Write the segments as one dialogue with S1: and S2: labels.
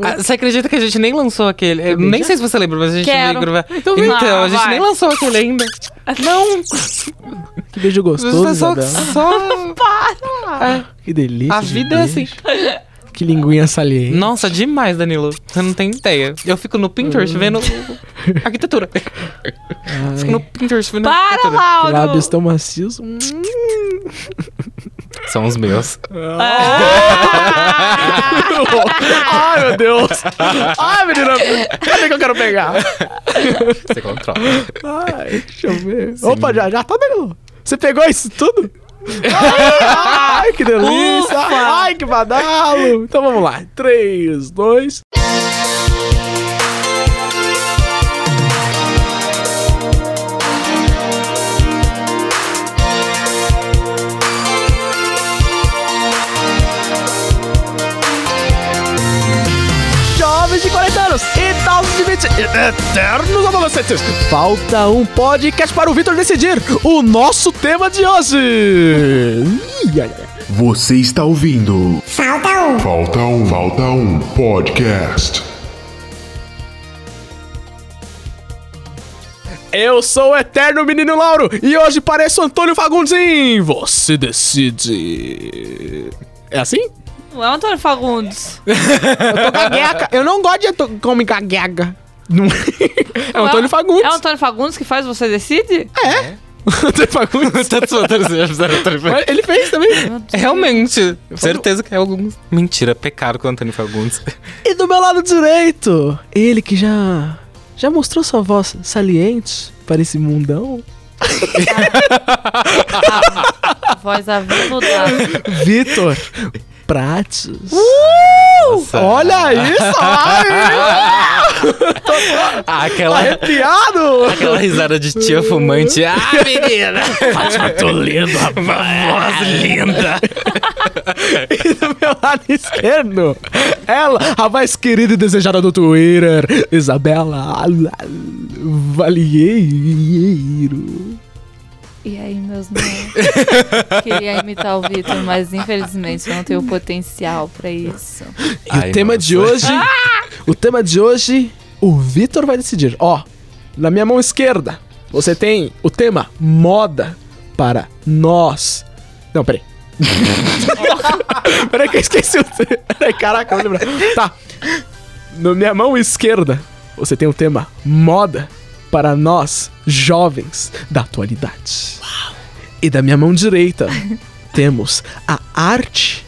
S1: Ah, você acredita que a gente nem lançou aquele? Eu nem sei se você lembra, mas a gente
S2: Quero.
S1: veio gravar.
S2: Então vem
S1: então,
S2: lá,
S1: a gente
S2: vai.
S1: nem lançou aquele ainda. Não!
S3: Que beijo gostoso,
S1: Você tá só.
S3: Isabela.
S1: só... Para!
S3: Que delícia.
S1: a
S3: de
S1: vida é assim.
S3: beijo. Que linguinha saliente.
S1: Nossa, demais, Danilo. Você não tem ideia. Eu fico no Pinterest vendo arquitetura.
S3: Ai,
S1: Fico no Pinterest vendo
S2: Para,
S1: arquitetura.
S3: que lábios
S2: Lauro!
S3: tão macios. Hum.
S1: São os meus.
S3: Ai, meu Deus. Ai, menina. Cadê que eu quero pegar?
S1: Você controla.
S3: Ai, deixa eu ver. Opa, já, já tá dando. Você pegou isso tudo? Ai, que delícia. Ai, que badalo. Então vamos lá. 3, 2... Jovens de 40 anos, idosos de 20, eternos adolescentes. Falta um podcast para o Vitor decidir o nosso tema de hoje. Ih, ai, ai.
S4: Você está ouvindo. Falta um. Falta um. Falta um. Podcast.
S3: Eu sou o eterno menino Lauro e hoje pareço Antônio Fagundim. Você decide. É assim?
S2: Não é o Antônio Fagundes.
S3: Tô gagueca. Eu não gosto de ato- como gaguega. Não- É o Antônio Fagundes.
S2: É o Antônio Fagundes que faz Você Decide?
S3: Antônio Fagundes.
S1: Tá
S3: Mas Ele fez também.
S1: Realmente. Certeza que é algum. Mentira, pecaram com o Antônio Fagundes.
S3: E do meu lado direito, ele que já já mostrou sua voz saliente para esse mundão,
S2: Voz aveludada.
S3: Vitor Prates. Uh! Olha isso, ai,
S1: Ah, aquela,
S3: arrepiado!
S1: aquela risada de tia fumante. Ah, menina! Fátima Toledo, rapaz! Voz linda!
S3: E do meu lado esquerdo, ela, a mais querida e desejada do Twitter, Isabela Valieiro.
S2: E aí, meus nomes? Queria imitar o Vitor, mas infelizmente eu não tenho potencial pra isso.
S3: E o tema de hoje. o tema de hoje, o Vitor vai decidir. Ó, na minha mão esquerda, você tem o tema moda para nós. Não, peraí. peraí que eu esqueci o tema. Peraí, Caraca, eu vou lembrar. Tá. Na minha mão esquerda, você tem o tema moda para nós, jovens da atualidade. E da minha mão direita, temos a arte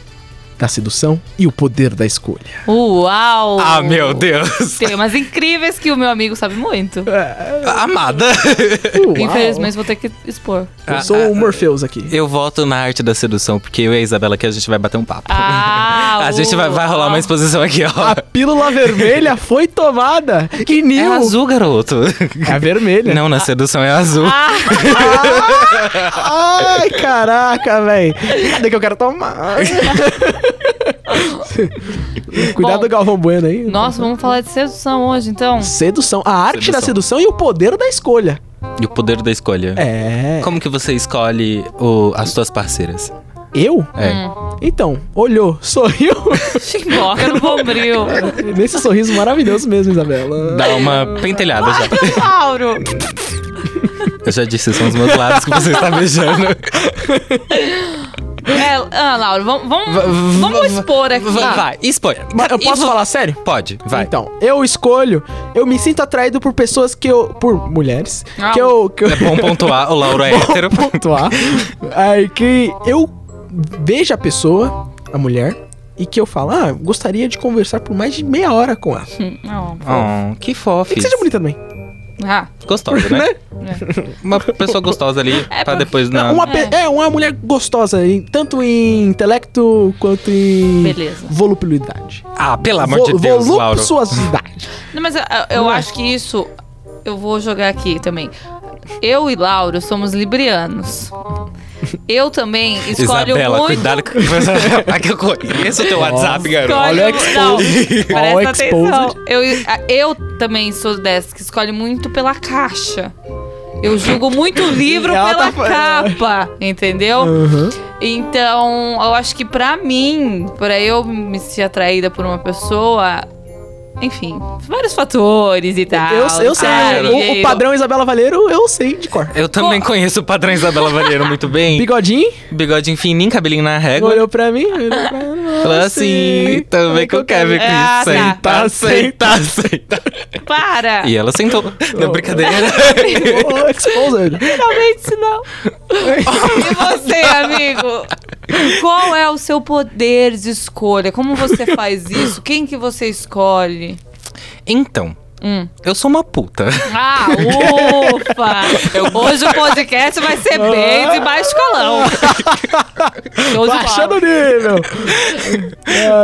S3: da sedução e o poder da escolha.
S2: Uau!
S1: Ah, meu Deus!
S2: Temas incríveis que o meu amigo sabe muito.
S1: Amada!
S3: Uau.
S2: Infelizmente vou ter que expor.
S3: Eu sou o Morpheus aqui.
S1: Eu voto na arte da sedução, porque eu e a Isabela aqui a gente vai bater um papo.
S2: Ah,
S1: a gente vai, vai rolar uma
S2: uau.
S1: exposição aqui, ó.
S3: A pílula vermelha foi tomada. Que
S1: É
S3: Nil.
S1: azul, garoto.
S3: É a vermelha.
S1: Não, na sedução é azul.
S3: Ah! Ai, caraca, véi. Cadê que eu quero tomar? Cuidado
S2: Bom,
S3: do Galvão Bueno aí.
S2: Nossa, vamos falar de sedução hoje, então.
S3: Sedução. A arte da
S1: Sedução.
S3: sedução e o poder da escolha.
S1: E o poder da escolha.
S3: É.
S1: Como que você escolhe o- as suas parceiras?
S3: Eu?
S1: É.
S3: Então, olhou, sorriu.
S2: Coloca no bombril.
S3: Nesse sorriso maravilhoso mesmo, Isabela.
S1: Dá uma pentelhada já.
S2: Lauro!
S1: Eu já disse, são os meus lábios que você está beijando.
S2: É, ah, Lauro, vamos, vamos,
S1: Va- va- va-
S2: vamos expor aqui.
S1: Va- Vai, expõe.
S3: Mas eu posso
S1: E vo-
S3: falar sério?
S1: Pode, vai.
S3: Então, eu escolho, eu me sinto atraído por pessoas que eu. por mulheres.
S2: Ah.
S3: Que eu. Que eu
S1: É bom pontuar, o Lauro é hétero.
S3: pontuar. Aí que eu vejo a pessoa, a mulher, e que eu falo, ah, gostaria de conversar por mais de meia hora com ela.
S2: Hum, não.
S1: Oh, que
S3: E
S1: fofo.
S3: que seja bonita também.
S2: Ah,
S1: Gostosa, né? Uma pessoa gostosa ali,
S2: É,
S1: pra
S2: pra-
S1: depois na...
S3: Uma, pe- é. uma mulher gostosa, em- tanto em intelecto quanto em
S2: Beleza.
S3: volubilidade.
S1: Ah, pelo amor de
S3: Vo-
S1: Deus, Lauro.
S3: Voluptuosidade.
S2: Não, mas eu, eu
S1: é.
S2: acho que isso. Eu vou jogar aqui também. Eu e Lauro somos librianos. Eu também escolho
S1: Isabela,
S2: muito.
S1: cuidado com Aqui eu conheço o teu WhatsApp, garoto.
S2: escolho-
S3: Olha o exposed.
S2: Não,
S3: Olha o
S2: presta atenção.
S3: exposed.
S2: Eu, eu também sou dessa que escolhe muito pela caixa. Eu julgo muito o livro
S3: E ela
S2: pela
S3: tá fa-
S2: capa, entendeu?
S3: Uhum.
S2: Então, eu acho que pra mim, pra eu me ser atraída por uma pessoa, Enfim, vários fatores e tal.
S3: eu, eu sei,
S2: Ai,
S3: o- o,
S2: Tá, eu-
S3: padrão Isabela Valheiro eu sei de cor.
S1: Eu também conheço o padrão Isabela Valheiro muito bem.
S3: Bigodinho,
S1: Bigodinho fininho, cabelinho na régua.
S3: olhou pra mim, olhou pra ela,
S1: Falou assim, também que eu quero ver com isso.
S2: Ah, tá.
S1: Senta, senta, senta.
S2: Para!
S1: E ela sentou. Não, brincadeira.
S3: Ô, Exposed.
S2: Realmente não. e você, amigo? Qual é o seu poder de escolha? Como você faz isso? Quem que você escolhe?
S1: Então,
S2: Hum.
S1: eu sou uma puta.
S2: Ah, ufa! Hoje o podcast vai ser bem de baixo calão. Show de
S3: Baixando o
S2: bola.
S3: nível.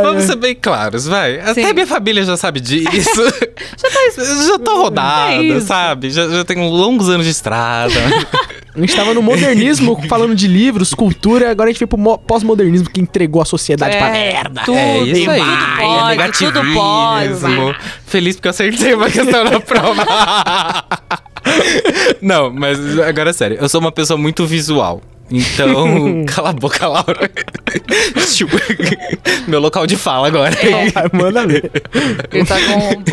S1: Vamos ser bem claros, vai. Até
S2: É. Sim.
S1: minha família já sabe disso.
S2: Já tá
S1: Eu já tô rodada,
S2: É isso.
S1: sabe? Já, já tenho longos anos de estrada.
S3: A gente tava no modernismo, falando de livros, cultura, agora a gente veio pro mo- pós-modernismo que entregou a sociedade
S1: É.
S3: pra merda.
S2: Tudo, tudo pode, tudo pode.
S1: negativismo. Feliz porque eu acertei uma questão na prova. Não, mas agora é sério. Eu sou uma pessoa muito visual. Então, cala a boca, Laura. Tchiu. Meu local de fala agora.
S2: É.
S3: Ah, Manda ver.
S2: Ele tá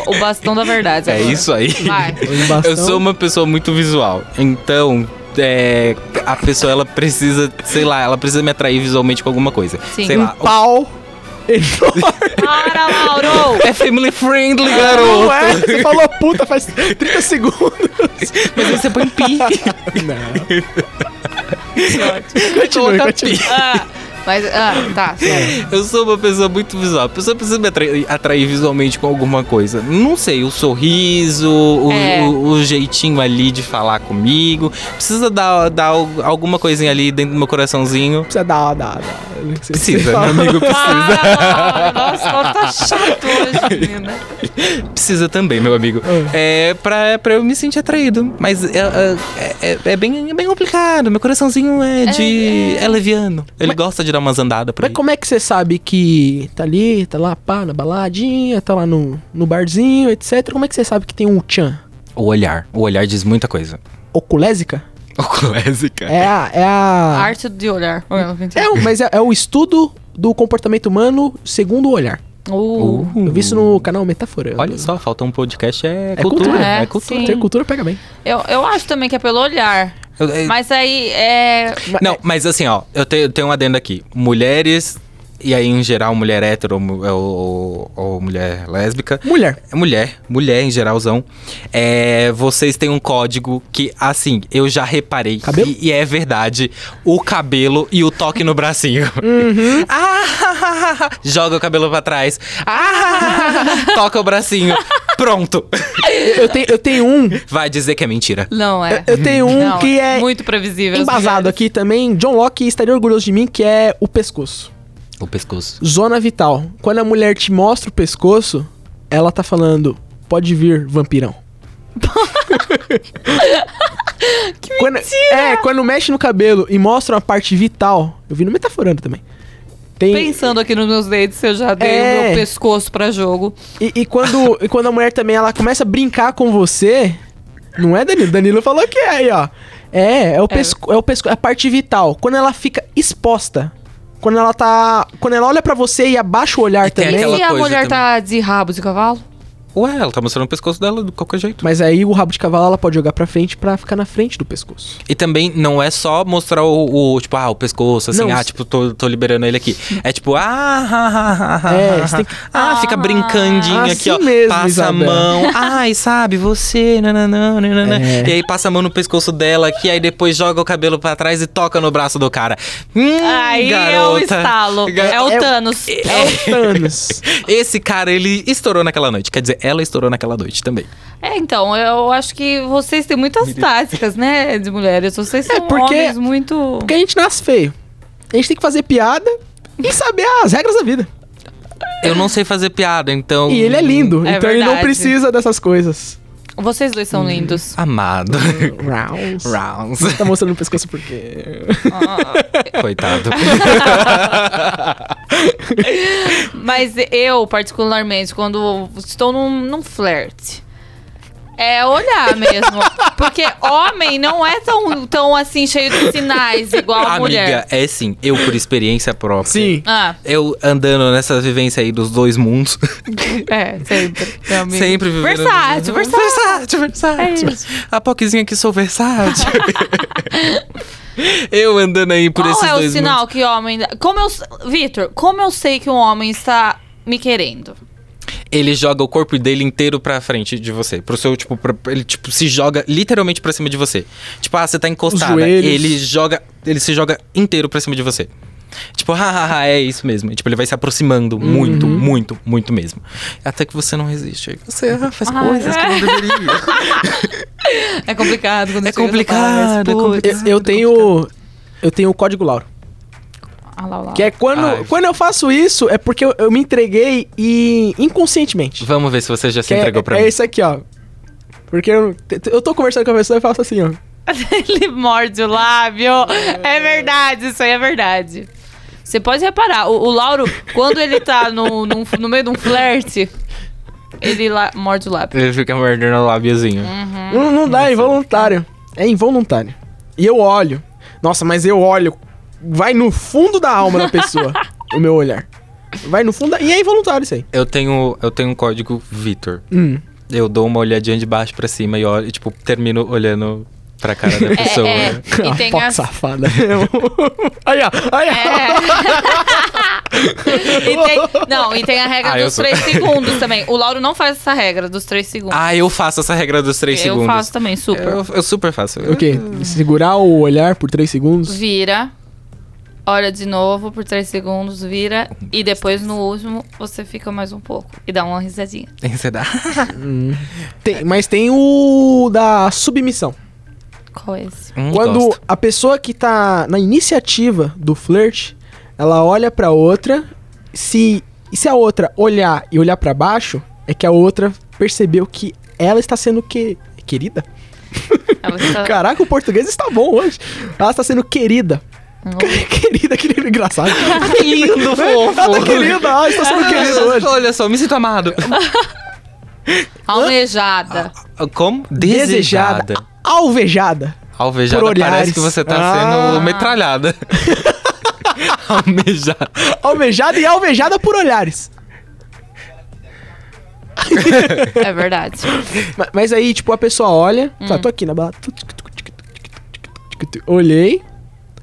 S2: com o bastão da verdade.
S1: É
S2: agora.
S1: isso aí.
S2: Vai.
S1: Eu
S3: Então?
S1: sou uma pessoa muito visual. Então, é, a pessoa ela precisa, sei lá, ela precisa me atrair visualmente com alguma coisa.
S2: Sim.
S1: Sei lá.
S3: pau. enorme.
S2: Para, Lauro!
S1: É family friendly,
S3: Não
S1: garoto.
S3: é? Você falou puta faz 30 segundos.
S1: Mas aí você põe pi.
S3: Não.
S1: Coloca
S3: continue.
S1: pi.
S2: Ah, mas, ah,
S1: É.
S2: tá, sério.
S1: Eu sou uma pessoa muito visual. A pessoa precisa me atrair, atrair visualmente com alguma coisa. Não sei, o sorriso, o,
S2: É.
S1: o- o jeitinho ali de falar comigo. Precisa dar, dar al- alguma coisinha ali dentro do meu coraçãozinho.
S3: Precisa dar uma dada.
S1: Precisa, né? meu amigo, precisa.
S2: Para, Lauro! Nossa, Lauro tá chato hoje, menina.
S1: Precisa também, meu amigo. É pra, pra eu me sentir atraído. Mas é, é- é- é bem, é bem complicado. Meu coraçãozinho é de. É, leviano. Ele gosta de dar umas andadas pra
S3: Mas
S1: mim.
S3: como é que você sabe que tá ali, tá lá, pá, na baladinha, tá lá no, no barzinho, etc. Como é que você sabe que tem um tchan?
S1: O olhar. O olhar diz muita coisa.
S3: Oculésica?
S1: Oculésica.
S3: É a. É
S1: Ah.
S3: a.
S2: Arte de olhar.
S3: É, o- mas é, é o estudo do comportamento humano segundo o olhar.
S2: Uh.
S3: Eu vi isso no canal Metáfora.
S1: Olha só, falta um podcast é
S3: É
S1: cultura.
S3: cultura,
S1: É,
S2: é,
S1: cultura.
S2: sim.
S3: Ter cultura pega bem.
S2: Eu, eu acho também que é pelo olhar.
S1: Eu- eu-
S2: Mas aí é.
S1: não, mas assim, ó, eu tenho, eu tenho um adendo aqui. Mulheres, e aí em geral, mulher hétero ou mu- ou, ou mulher lésbica.
S3: Mulher.
S1: É mulher, mulher em geralzão. É, vocês têm um código que, assim, eu já reparei.
S3: Cabelo?
S1: E, e é verdade. O cabelo e o toque no bracinho.
S3: Uhum.
S1: Ah, joga o cabelo pra trás. Ah, toca o bracinho. Pronto.
S3: Eu tenho, eu tenho um.
S1: Vai dizer que é mentira.
S2: Não é.
S3: Eu tenho um
S2: Não,
S3: que é
S2: Muito previsível.
S3: embasado aqui também. John Locke estaria orgulhoso de mim, que é o pescoço.
S1: O pescoço.
S3: Zona vital. Quando a mulher te mostra o pescoço, ela tá falando: pode vir, vampirão. que quando, É, quando mexe no cabelo e mostra uma parte vital. Eu vi no Metaforando também. Tem,
S2: Pensando aqui nos meus dedos, eu já dei
S3: É.
S2: meu pescoço pra jogo.
S3: E, e quando, e quando a mulher também ela começa a brincar com você, não é Danilo? Danilo falou que é aí, ó. É, é o pesco, é o pesco, é a parte vital. Quando ela fica exposta, quando ela tá, quando ela olha pra você e abaixa o olhar
S1: E tem
S3: também.
S2: E
S1: aquela
S2: se a
S1: coisa
S2: mulher tá de rabo de cavalo?
S1: Ué, ela tá mostrando o pescoço dela de qualquer jeito.
S3: Mas aí o rabo de cavalo ela pode jogar pra frente pra ficar na frente do pescoço.
S1: E também não é só mostrar o, o, tipo, ah, o pescoço, assim,
S3: Não,
S1: ah,
S3: s-
S1: tipo, tô, tô liberando ele aqui. É tipo, ah, ah, ah, ah,
S3: É,
S1: ah,
S3: você tem que-
S1: ah, fica brincandinho aqui,
S3: Assim
S1: ó.
S3: mesmo,
S1: passa
S3: Isabel.
S1: a mão. Ai, sabe, você, nananã, nananã.
S3: É.
S1: E aí passa a mão no pescoço dela aqui, aí depois joga o cabelo pra trás e toca no braço do cara. Hum,
S2: Aí é o
S1: garota.
S2: estalo.
S1: Ga-
S2: É o Thanos.
S3: É o Thanos.
S1: Esse cara, ele estourou naquela noite. Quer dizer, ela estourou naquela noite também.
S2: É, então, eu acho que vocês têm muitas táticas, né, de mulheres. Vocês são
S3: É, porque-
S2: homens muito.
S3: Porque a gente nasce feio. A gente tem que fazer piada e saber as regras da vida.
S1: Eu não sei fazer piada, então.
S3: E ele é lindo,
S2: É
S3: então ele não
S2: verdade.
S3: precisa dessas coisas.
S2: Vocês dois
S1: Uhum.
S2: são lindos.
S1: Amado.
S3: Rounds.
S1: Rounds.
S3: Tá mostrando o pescoço porque.
S1: Coitado.
S2: Mas eu, particularmente, quando estou num, num flerte, É olhar mesmo. Porque homem não é tão, tão assim, cheio de sinais, igual a
S1: Amiga,
S2: mulher.
S1: é sim, eu por experiência própria.
S3: Sim.
S2: Ah,
S1: Eu andando nessa vivência aí dos dois mundos.
S2: é, sempre. meu amigo.
S1: Sempre vivendo.
S2: Versátil, versátil.
S1: versátil, versátil.
S2: É isso.
S1: A poquezinha que sou versátil. eu andando aí por
S2: Qual
S1: esses
S2: é o
S1: dois
S2: sinal
S1: mundos.
S2: que homem. Como eu. Vitor, como eu sei que um homem está me querendo?
S1: Ele joga o corpo dele inteiro pra frente de você. Pro seu, tipo, pra- ele tipo, se joga literalmente pra cima de você. Tipo, ah, você tá encostada.
S3: joelhos.
S1: Ele joga. Ele se joga inteiro pra cima de você. Tipo, hahaha, é isso mesmo. E, tipo, ele vai se aproximando
S3: Uhum.
S1: muito, muito, muito mesmo. Até que você não resiste. Aí você ah, faz
S2: Ah,
S1: coisas que
S2: é.
S1: não deveria.
S2: É complicado quando chega
S1: É
S2: nessa
S1: complicado,
S2: palavra,
S1: é
S2: putz.
S1: complicado.
S3: Eu, eu tenho. Eu tenho o código Lauro.
S2: Ah, lá, lá.
S3: Que é quando,
S1: Ai.
S3: quando eu faço isso, é porque eu, eu me entreguei e inconscientemente.
S1: Vamos ver se você já se
S3: Que é,
S1: entregou pra
S3: é
S1: mim.
S3: isso aqui, ó. Porque eu, eu tô conversando com a pessoa e faço assim, ó.
S2: Ele morde o lábio. É verdade, isso aí é verdade. Você pode reparar, o, o Lauro, quando ele tá no, num- no meio de um flerte, ele lá, morde o lábio.
S1: Ele fica mordendo o lábiozinho.
S2: Hum.
S3: Não, não dá, é involuntário. É involuntário. E eu olho. Nossa, mas eu olho. Vai no fundo da alma da pessoa o meu olhar. Vai no fundo da... E é involuntário isso aí.
S1: Eu tenho, eu tenho um código Vitor.
S3: Hum.
S1: Eu dou uma olhadinha de baixo pra cima e olho, e, tipo, termino olhando pra cara da pessoa.
S2: É, é. E tem
S3: Foca
S2: as,
S3: Ah, safada. aí, ó. Aí, ó.
S2: é. E tem- não, e tem a regra
S1: Ah, eu
S2: dos
S1: sou-
S2: três segundos também. O Lauro não faz essa regra dos três segundos.
S1: Ah, eu faço essa regra dos três
S2: eu
S1: segundos.
S2: faço também, super.
S1: Eu, eu super faço.
S2: É.
S3: O quê? Segurar o olhar por 3 segundos?
S2: Vira. Olha de novo por três segundos, vira.
S1: Um,
S2: E depois no último você fica mais um pouco. E dá uma risadinha.
S1: Tem que dar.
S3: Tem- mas tem o da submissão.
S2: Qual é esse?
S1: Hum,
S3: Quando
S1: gosto.
S3: a pessoa que tá na iniciativa do flerte, ela olha pra outra, se e se a outra olhar e olhar pra baixo, é que a outra percebeu que ela está sendo que querida.
S1: É
S2: Ela
S1: Ah.
S2: está-
S3: Caraca, o português está bom hoje. Ela está sendo querida.
S2: Um
S3: querida, querida, engraçado.
S2: Tá
S1: Que lindo,
S3: Ela tá querida, ela está sendo querida hoje.
S1: Olha só, me sinto amado.
S2: Almejada.
S3: Ah.
S1: Como? Desejada.
S3: alvejada.
S1: Alvejada
S3: Por olhares.
S1: parece que você tá
S3: Ah.
S1: sendo metralhada. Almejada.
S3: Alvejada e alvejada por olhares.
S2: É verdade.
S3: Ma- Mas aí, tipo, a pessoa olha, tá, tô aqui na balada. Olhei,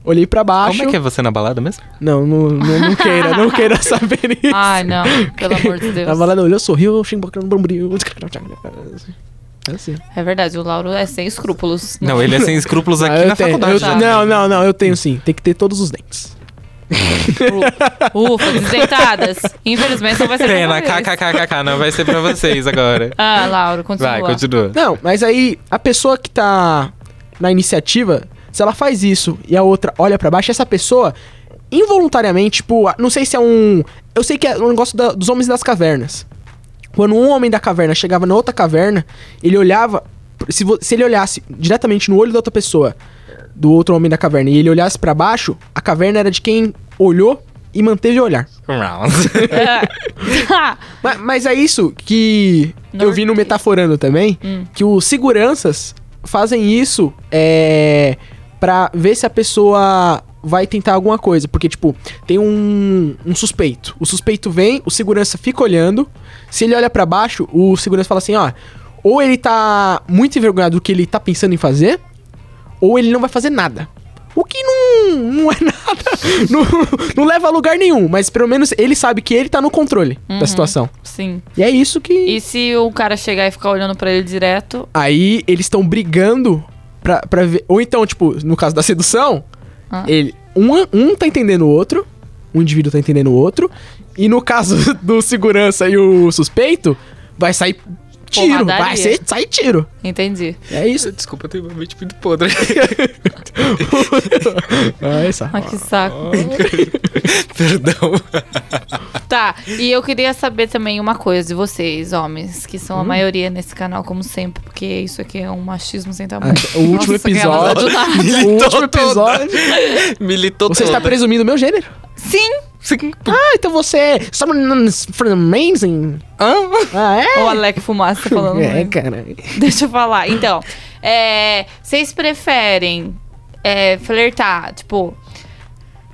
S3: olhei pra baixo.
S1: Como é que é você na balada mesmo?
S3: Não, não, não, não queira, não queira saber isso.
S2: Ai, não. Ah, Pelo amor de Deus.
S3: A balada olhou, sorriu, chimbocando no bombril. É assim.
S2: É verdade, o Lauro é sem escrúpulos.
S1: Não, ele é sem escrúpulos
S3: Ah,
S1: aqui
S3: eu
S1: na
S3: tenho,
S1: faculdade.
S3: eu-
S1: já.
S3: não, não, não, eu tenho sim. Tem que ter todos os dentes.
S2: Ufa, desdentadas. Infelizmente não vai ser pra
S1: Pena,
S2: vocês.
S1: kkkk, não vai ser pra vocês agora.
S2: Ah, Lauro, continua.
S1: Vai, continua.
S3: Não, mas aí a pessoa que tá na iniciativa, se ela faz isso e a outra olha pra baixo, essa pessoa involuntariamente, tipo, a- não sei se é um, eu sei que é um negócio da- dos homens das cavernas. Quando um homem da caverna chegava na outra caverna, ele olhava, se, vo- se ele olhasse diretamente no olho da outra pessoa, do outro homem da caverna, e ele olhasse pra baixo, a caverna era de quem olhou e manteve o olhar.
S1: Round.
S2: Ah,
S3: Ma- Mas, é isso que eu vi no Metaforando também, que os seguranças fazem isso é, pra ver se a pessoa vai tentar alguma coisa. Porque, tipo, tem um, um suspeito. O suspeito vem, o segurança fica olhando. Se ele olha pra baixo, o segurança fala assim, ó... Ou ele tá muito envergonhado do que ele tá pensando em fazer, ou ele não vai fazer nada. O que não, não é nada, não, não leva a lugar nenhum, mas pelo menos ele sabe que ele tá no controle da situação.
S2: sim.
S3: E é isso que.
S2: E se o cara chegar e ficar olhando pra ele direto?
S3: Aí eles estão brigando pra, pra ver. Ou então, tipo, no caso da sedução,
S2: Ah.
S3: ele, um, um tá entendendo o outro, um indivíduo tá entendendo o outro, e no caso do segurança e o suspeito, vai sair tiro,
S2: Porradaria.
S3: vai ser, sair tiro.
S2: Entendi.
S3: É isso.
S1: Desculpa, eu tenho uma mente muito podre.
S3: é isso.
S2: Ai, Ah, que saco.
S1: Perdão.
S2: Tá, e eu queria saber também uma coisa de vocês, homens, que
S3: Hum?
S2: são a maioria nesse canal, como sempre, porque isso aqui é um machismo sem tamanho.
S3: Ah, O último
S2: Nossa, aquela lá do
S3: episódio.
S2: nada.
S3: O último episódio.
S1: Militou
S3: Você está
S1: toda.
S3: presumindo meu gênero?
S2: Sim,
S1: Sim.
S3: Ah, então você é someone amazing?
S1: Hã?
S3: Ah, é?
S2: O Alec Fumaça falando.
S3: É,
S2: né?
S3: cara.
S2: Deixa eu falar. Então, é, vocês preferem é, flertar, tipo.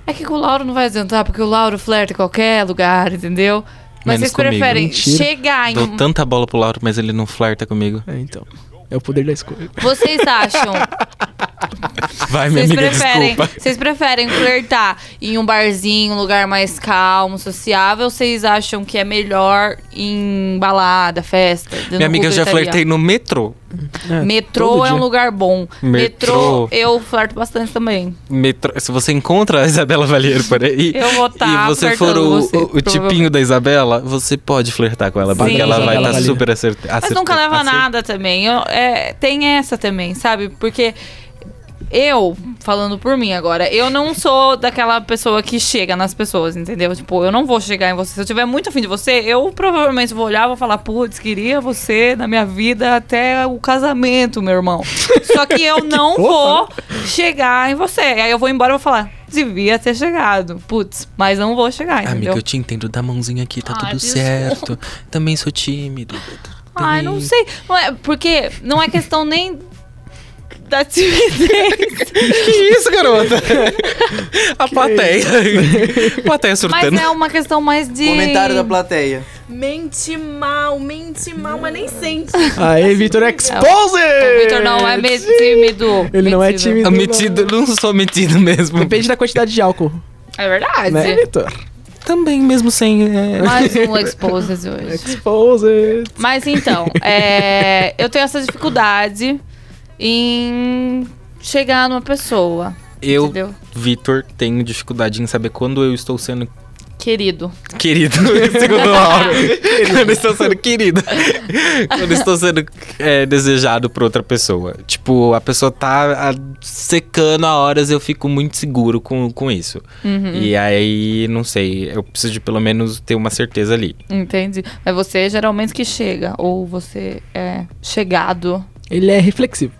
S2: É que com o Lauro não vai adiantar, porque o Lauro flerta em qualquer lugar, entendeu? Mas
S1: Menos
S2: vocês
S1: comigo.
S2: preferem
S3: Mentira.
S2: chegar em. um-
S1: Dou tanta bola pro Lauro, mas ele não flerta comigo.
S3: É, então. É o poder da escolha.
S2: Vocês acham.
S1: Vai, É minha
S2: Vocês
S1: amiga,
S2: preferem,
S1: desculpa.
S2: vocês preferem flertar em um barzinho, um lugar mais calmo, sociável? ou Vocês acham que é melhor em balada, festa?
S1: Minha amiga, eu já flertei no metrô.
S2: Metrô é um lugar bom.
S1: Metrô.
S2: Metrô, eu flerto bastante também.
S1: metrô. Se você encontra a Isabela Valheiro por aí
S2: Eu vou tá
S1: e você for
S2: flertando
S1: o,
S2: você,
S1: o- o tipinho
S2: provavelmente.
S1: da Isabela, você pode flertar com ela, porque
S2: Sim.
S1: ela vai
S2: Isabela
S1: estar
S3: Valheiro.
S1: super acertada.
S2: Mas assim? nunca leva nada também. Eu- é, tem essa também, sabe? Porque eu, falando por mim agora, eu não sou daquela pessoa que chega nas pessoas, entendeu? Tipo, eu não vou chegar em você. Se eu tiver muito afim de você, eu provavelmente vou olhar, vou falar, putz, queria você na minha vida até o casamento, meu irmão. Só que né? eu não vou chegar em você. Aí eu vou embora e vou falar, devia ter chegado. Putz, mas não vou chegar, entendeu? Ah,
S1: Amiga, eu te entendo, dá a mãozinha aqui, tá
S2: Ai,
S1: tudo
S2: desculpa.
S1: certo. Também sou tímido.
S2: Ai, não
S1: Também.
S2: sei. Não é, porque não é questão nem da timidez,
S1: Que isso, garota? a plateia. plateia surtando.
S2: mas é uma questão mais de.
S5: Comentário da plateia.
S6: Mente mal, mente mal, mas nem sente.
S3: Aê, Vitor Expose!
S2: O Vitor não é me- tímido.
S3: Ele não é
S2: Metido.
S3: tímido.
S1: Ah, Metido, não sou metido mesmo.
S3: Depende da quantidade de álcool,
S2: É verdade.
S3: né, Vitor?
S1: Também, mesmo sem. é,
S2: Mais um Exposed hoje.
S3: Expose!
S2: Mas então, é, eu tenho essa dificuldade em chegar numa pessoa.
S1: Eu,
S2: Entendeu?
S1: Vitor, tenho dificuldade em saber quando eu estou sendo
S2: Querido.
S1: querido, segundo o Lauro. quando eu estou sendo querido. quando eu estou sendo é, desejado por outra pessoa. Tipo, a pessoa tá ah, secando a horas eu fico muito seguro com, com isso.
S3: Uhum.
S1: E aí, não sei, eu preciso de pelo menos ter uma certeza ali.
S2: Entende? Mas você é geralmente que chega. Ou você é chegado.
S3: Ele é reflexivo.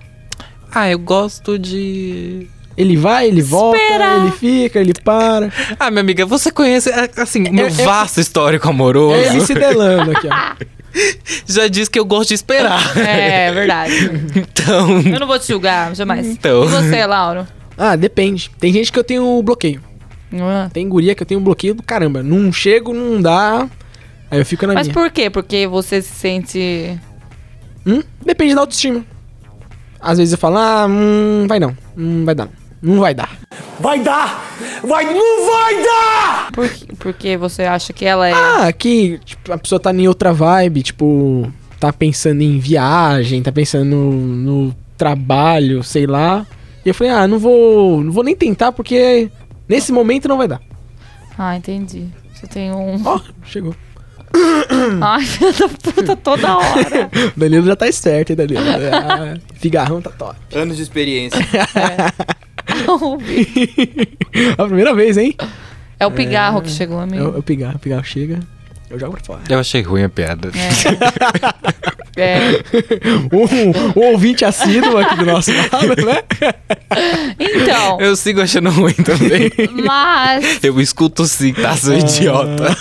S1: Ah, eu gosto de.
S3: Ele vai, ele volta,
S2: Espera.
S3: ele fica, ele para.
S1: Ah, minha amiga, você conhece, ah, assim, meu
S3: eu-
S1: vasto histórico amoroso.
S3: É ele se delando aqui, ó. É.
S1: Já disse que eu gosto de esperar.
S2: É, é verdade.
S1: Então.
S2: Eu não vou te julgar, jamais.
S1: Então.
S2: E você, Lauro?
S3: Ah, depende. Tem gente que eu tenho bloqueio. Tem guria que eu tenho bloqueio do caramba. Não chego, não dá. Aí eu fico na
S2: Mas
S3: minha.
S2: por quê? Porque você se sente.
S3: Hum? Depende da autoestima. Às vezes eu falo, ah, hum, vai não. Hum, vai dar. Não vai dar.
S5: Vai dar! Vai, não vai dar!
S2: Por quê? Porque você acha que ela é.
S3: Ah, que tipo, a pessoa tá em outra vibe, tipo, tá pensando em viagem, tá pensando no, no trabalho, sei lá. E eu falei, ah, não vou. não vou nem tentar, porque nesse momento não vai dar.
S2: Ah, entendi. Você tem um.
S3: Ó, chegou.
S2: Ai, filha da puta, toda hora.
S3: O Danilo já tá esperto, hein, Danilo? Ah, Figarrão tá top.
S5: Anos de experiência.
S3: a primeira vez, hein?
S2: É o pigarro que chegou,
S3: Eu,
S2: amigo.
S3: eu pigar, o pigar chega. Eu jogo pra fora.
S1: Eu achei ruim a piada.
S2: É.
S3: Um, um ouvinte assíduo aqui do nosso lado, né?
S2: Então,
S1: Eu sigo achando ruim também.
S2: mas
S1: Eu escuto sim, tá, seu idiota.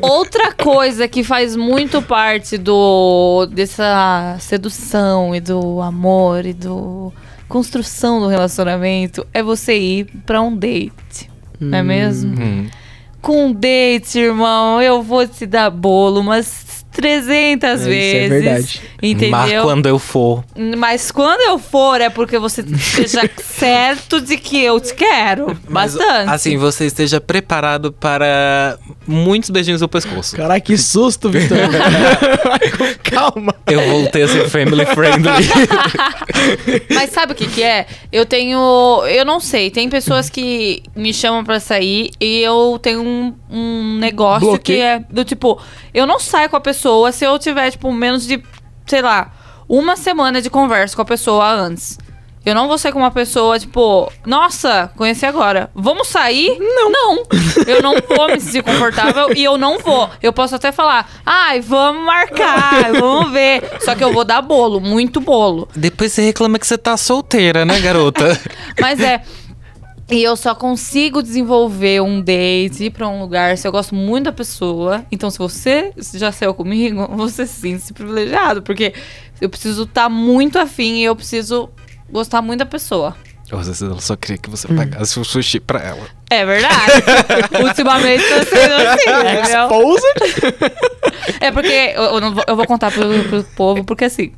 S2: outra coisa que faz muito parte do dessa sedução e do amor e do construção do relacionamento é você ir pra um date. Não é mesmo?
S1: Hum.
S2: com um date, irmão, eu vou te dar bolo umas 300
S3: isso é
S2: vezes.
S3: verdade.
S1: Mas
S2: Entendeu?
S1: quando eu for.
S2: Mas quando eu for, é porque você esteja certo de que eu te quero.
S1: Mas,
S2: Bastante.
S1: Assim, você esteja preparado para muitos beijinhos no pescoço.
S3: Caraca, que susto, Vitor. Calma.
S1: Eu voltei a ser family friendly.
S2: Mas sabe o que que é? Eu tenho... Eu não sei. Tem pessoas que me chamam pra sair e eu tenho um, um negócio
S3: Bloqueio.
S2: que é do tipo... Eu não saio com a pessoa se eu tiver, tipo, menos de... Sei lá. Uma semana de conversa com a pessoa antes. Eu não vou sair com uma pessoa, tipo... Nossa, conheci agora. Vamos sair? Não. Não. Eu não vou me sentir confortável e eu não vou. Eu posso até falar... Ai, vamos marcar. Vamos ver. Só que eu vou dar bolo. Muito bolo.
S1: Depois você reclama que você tá solteira, né, garota?
S2: Mas é. E eu só consigo desenvolver um date, ir pra um lugar se eu gosto muito da pessoa. Então, se você já saiu comigo, você sinta-se privilegiado. Porque eu preciso estar muito afim e eu preciso gostar muito da pessoa.
S1: Às vezes ela só queria que você pagasse o sushi pra ela.
S2: É verdade. Ultimamente tá sendo assim, entendeu?
S3: Exposed?
S2: É porque eu, eu não vou, eu vou contar pro, pro povo, porque assim.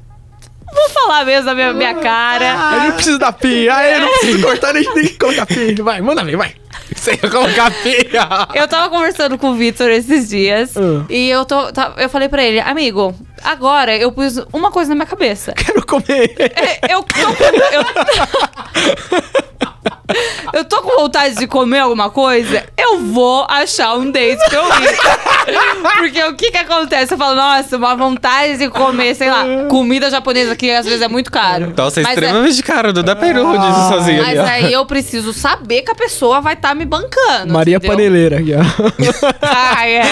S2: Vou falar mesmo da minha, minha cara.
S1: Ah.
S3: Eu não preciso da pia. Aí eu não preciso cortar nem, nem colocar pia. Vai, manda ver, vai.
S1: Sem eu colocar pia.
S2: Eu tava conversando com o Vitor esses dias
S3: Ah.
S2: e eu, tô, tá- eu falei pra ele, amigo, agora eu pus uma coisa na minha cabeça.
S3: Quero comer.
S2: É, eu, eu- eu tô com vontade de comer alguma coisa, eu vou achar um date pra eu ir. Porque o que que acontece? Eu falo, nossa, uma vontade de comer, sei lá, comida japonesa, que às vezes é muito caro.
S1: Nossa, é Ah,
S2: Mas é-
S1: extremamente caro. Não dá peru disso sozinho ali,
S2: Mas
S1: ó.
S2: aí eu preciso saber que a pessoa vai estar me bancando.
S3: Maria
S2: entendeu?
S3: Paneleira aqui, ó.
S2: Ai, é.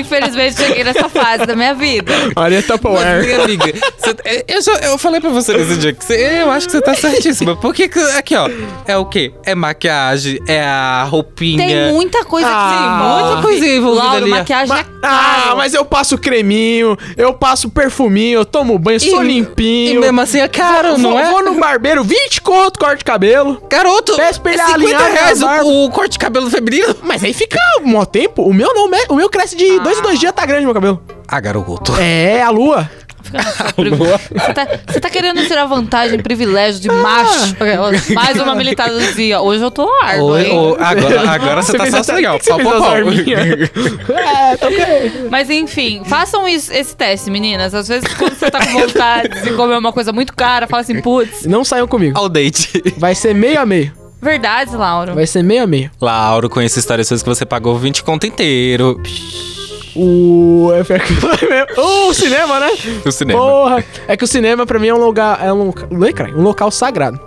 S2: Infelizmente cheguei nessa fase da minha vida.
S3: Maria Tupperware.
S1: Minha amiga, cê- é, eu, já- eu falei pra você nesse dia que cê- eu acho que você tá certíssima. Porque que- aqui, ó, é o quê? É maquiagem, é a roupinha.
S2: Tem muita coisa
S3: Ah.
S2: que
S1: Muita coisa envolvida
S2: Lauro,
S1: ali, ó.
S2: maquiagem
S3: Ma-
S2: é
S3: ah, mas eu passo creminho, eu passo perfuminho, eu tomo banho, sou
S1: E
S3: limpinho.
S1: mesmo assim é caro,
S3: vou,
S1: não é?
S3: vou no barbeiro, 20 conto, corte de cabelo.
S1: Garoto, é
S3: Peço pra ele
S1: 50
S3: alinhar
S1: reais
S3: minha barba.
S1: o, o corte de cabelo feminino.
S3: Mas aí fica um maior tempo. O meu não, me- o meu cresce de dois em dois dias, tá grande meu cabelo.
S1: Ah, garoto.
S3: É, a lua.
S2: Você tá, você tá querendo tirar vantagem, privilégio
S1: Ah.
S2: de macho. Aquelas- Mais uma militada do dia. Hoje eu tô árdua,
S1: Oi,
S2: hein?
S1: ô, agora, agora você,
S3: Você
S1: tá
S3: fez
S1: só
S3: essa-
S1: legal.
S3: que que você fez
S1: Pau, pau,
S3: essa
S1: pau.
S3: arminha? É, tá ok.
S2: Mas enfim, façam isso- esse teste, meninas. Às vezes, quando você tá com vontade de comer uma coisa muito cara, fala assim, putz,
S3: Não saiam comigo.
S1: Ao date.
S3: Vai ser meio a meio.
S2: verdade, Lauro.
S3: Vai ser meio a meio.
S1: Lauro, conheço histórias suas que você pagou 20 conto inteiro.
S3: O. É pior que foi mesmo. Uh, o cinema, né?
S1: No cinema.
S3: Porra. É que o cinema pra mim é um lugar. É um, loca- Ui, caralho, um local sagrado.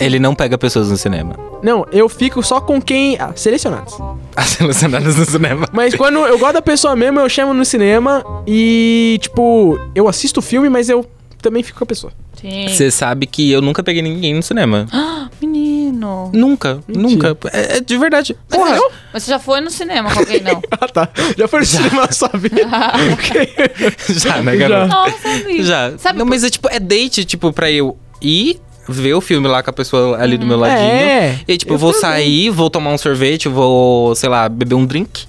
S1: Ele não pega pessoas no cinema.
S3: Não, eu fico só com quem. Ah, selecionados.
S1: As selecionadas no cinema.
S3: Mas quando eu gosto da pessoa mesmo, eu chamo no cinema e, tipo, eu assisto o filme, mas eu também fico com a pessoa.
S2: Sim.
S1: Você sabe que eu nunca peguei ninguém no cinema.
S2: Menino.
S1: Nunca, nunca. É, é de verdade. Porra, eu?
S2: Mas você já foi no cinema com alguém, não?
S3: Ah, tá. Já foi no cinema, sabe?
S1: Já, né, garoto?
S2: Nossa, amigo.
S1: Já.
S2: Sabe
S1: não,
S2: por-
S1: mas é tipo, é date, tipo, pra eu ir ver o filme lá com a pessoa ali do meu ladinho.
S3: É.
S1: E aí, tipo, eu vou sair, vou tomar um sorvete, vou, sei lá, beber um drink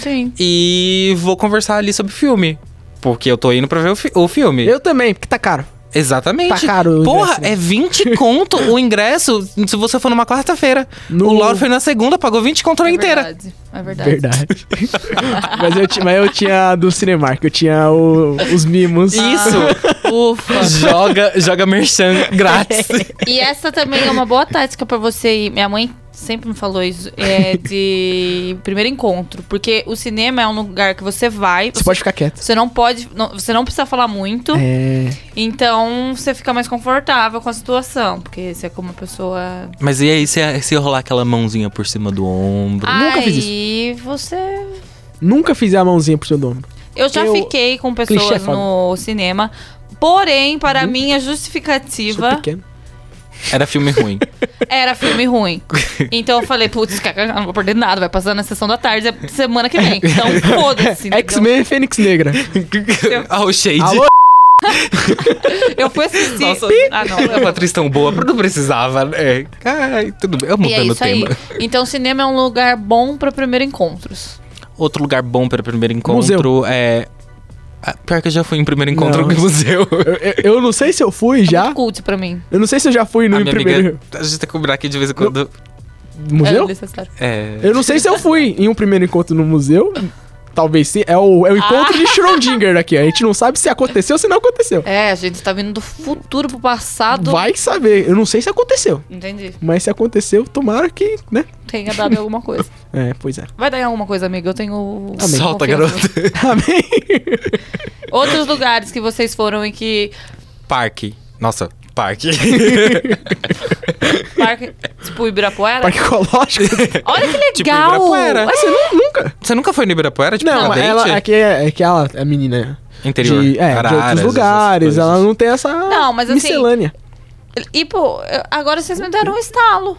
S2: Sim.
S1: e vou conversar ali sobre o filme. Porque eu tô indo pra ver o, fi- o filme.
S3: Eu também, porque tá caro.
S1: Exatamente.
S3: Tá caro o
S1: Porra,
S3: ingresso, né?
S1: é 20 conto o ingresso se você for numa quarta-feira.
S3: No-
S1: O Lauro foi na segunda, pagou 20 conto na
S2: É
S1: inteira.
S2: verdade. É verdade.
S3: Verdade. mas, eu, ti- mas eu tinha do Cinemark, eu tinha o- os mimos.
S1: Isso. Ufa. Joga, joga merchan grátis.
S2: E essa também é uma boa tática pra você ir. Minha mãe sempre me falou isso. É de primeiro encontro. Porque o cinema é um lugar que você vai.
S3: Você
S2: Você,
S3: pode ficar quieto.
S2: você não pode. não- você não precisa falar muito.
S3: É.
S2: Então você fica mais confortável com a situação. Porque você é como uma pessoa.
S1: Mas e aí, se, se rolar aquela mãozinha por cima do ombro?
S3: nunca
S2: Aí
S3: fiz
S2: você.
S3: Nunca fiz a mãozinha pro seu dono.
S2: Eu já
S3: Eu-
S2: fiquei com
S3: Clichê é
S2: pessoas
S3: foda. Uhum.
S2: no cinema. Porém, para minha justificativa,
S3: é pequeno.
S1: Era filme ruim.
S2: era filme ruim. Então eu falei, putz, cara, não vou perder nada, vai passar na sessão da tarde, é semana que vem. Então foda-se. entendeu?
S3: X-Men e Fênix Negra.
S1: Ah, o Shade.
S3: Alô?
S2: Eu fui assistir.
S1: Nossa,
S2: ah, não.
S1: é
S2: eu-
S1: uma atriz tão boa, não precisava. É. Ai, tudo bem. Eu
S2: E é
S1: mudando o
S2: isso aí.
S1: tema.
S2: Então, cinema é um lugar bom pra primeiro encontros.
S1: Outro lugar bom para primeiro encontro
S3: Museu.
S1: é. Ah, pior que eu já fui em primeiro encontro
S3: Não.
S1: no museu.
S3: Eu, eu- eu não sei se eu fui
S2: É
S3: já.
S2: muito cult pra mim.
S3: Eu não sei se eu já fui
S1: A
S3: no
S1: minha
S3: primeiro
S1: amiga. A gente tem que cobrar aqui de vez em quando.
S2: É
S3: museu.
S2: necessário.
S1: É.
S3: Eu não sei se eu fui em um primeiro encontro no museu. Talvez sim. É o, é o encontro de Schrödinger aqui. A gente não sabe se aconteceu ou se não aconteceu.
S2: Ah. É, a gente tá vindo do futuro pro passado.
S3: Vai saber. Eu não sei se aconteceu.
S2: Entendi.
S3: Mas se aconteceu, tomara que, né?
S2: Tenha dado em alguma coisa.
S3: É, pois é.
S2: Vai dar em alguma coisa, amiga. Eu tenho. confiança.
S1: Solta, garoto.
S3: Amém.
S2: Outros lugares que vocês foram e que.
S1: Parque. Nossa, parque.
S2: Parque, tipo, Ibirapuera.
S3: Parque ecológico.
S2: Olha que
S1: Tipo,
S2: legal!
S1: Ibirapuera.
S2: Olha,
S3: Mas você nu- nunca.
S1: Você nunca foi no Ibirapuera? Tipo,
S3: Não,
S1: pra date?
S3: ela é que, é que ela é menina.
S1: Interior.
S3: De, é, de
S1: Araras,
S3: outros
S1: essas
S3: lugares.
S1: coisas.
S3: Ela não tem essa
S2: Não, mas assim-
S3: miscelânea.
S2: E, pô, eu- agora vocês me deram um estalo.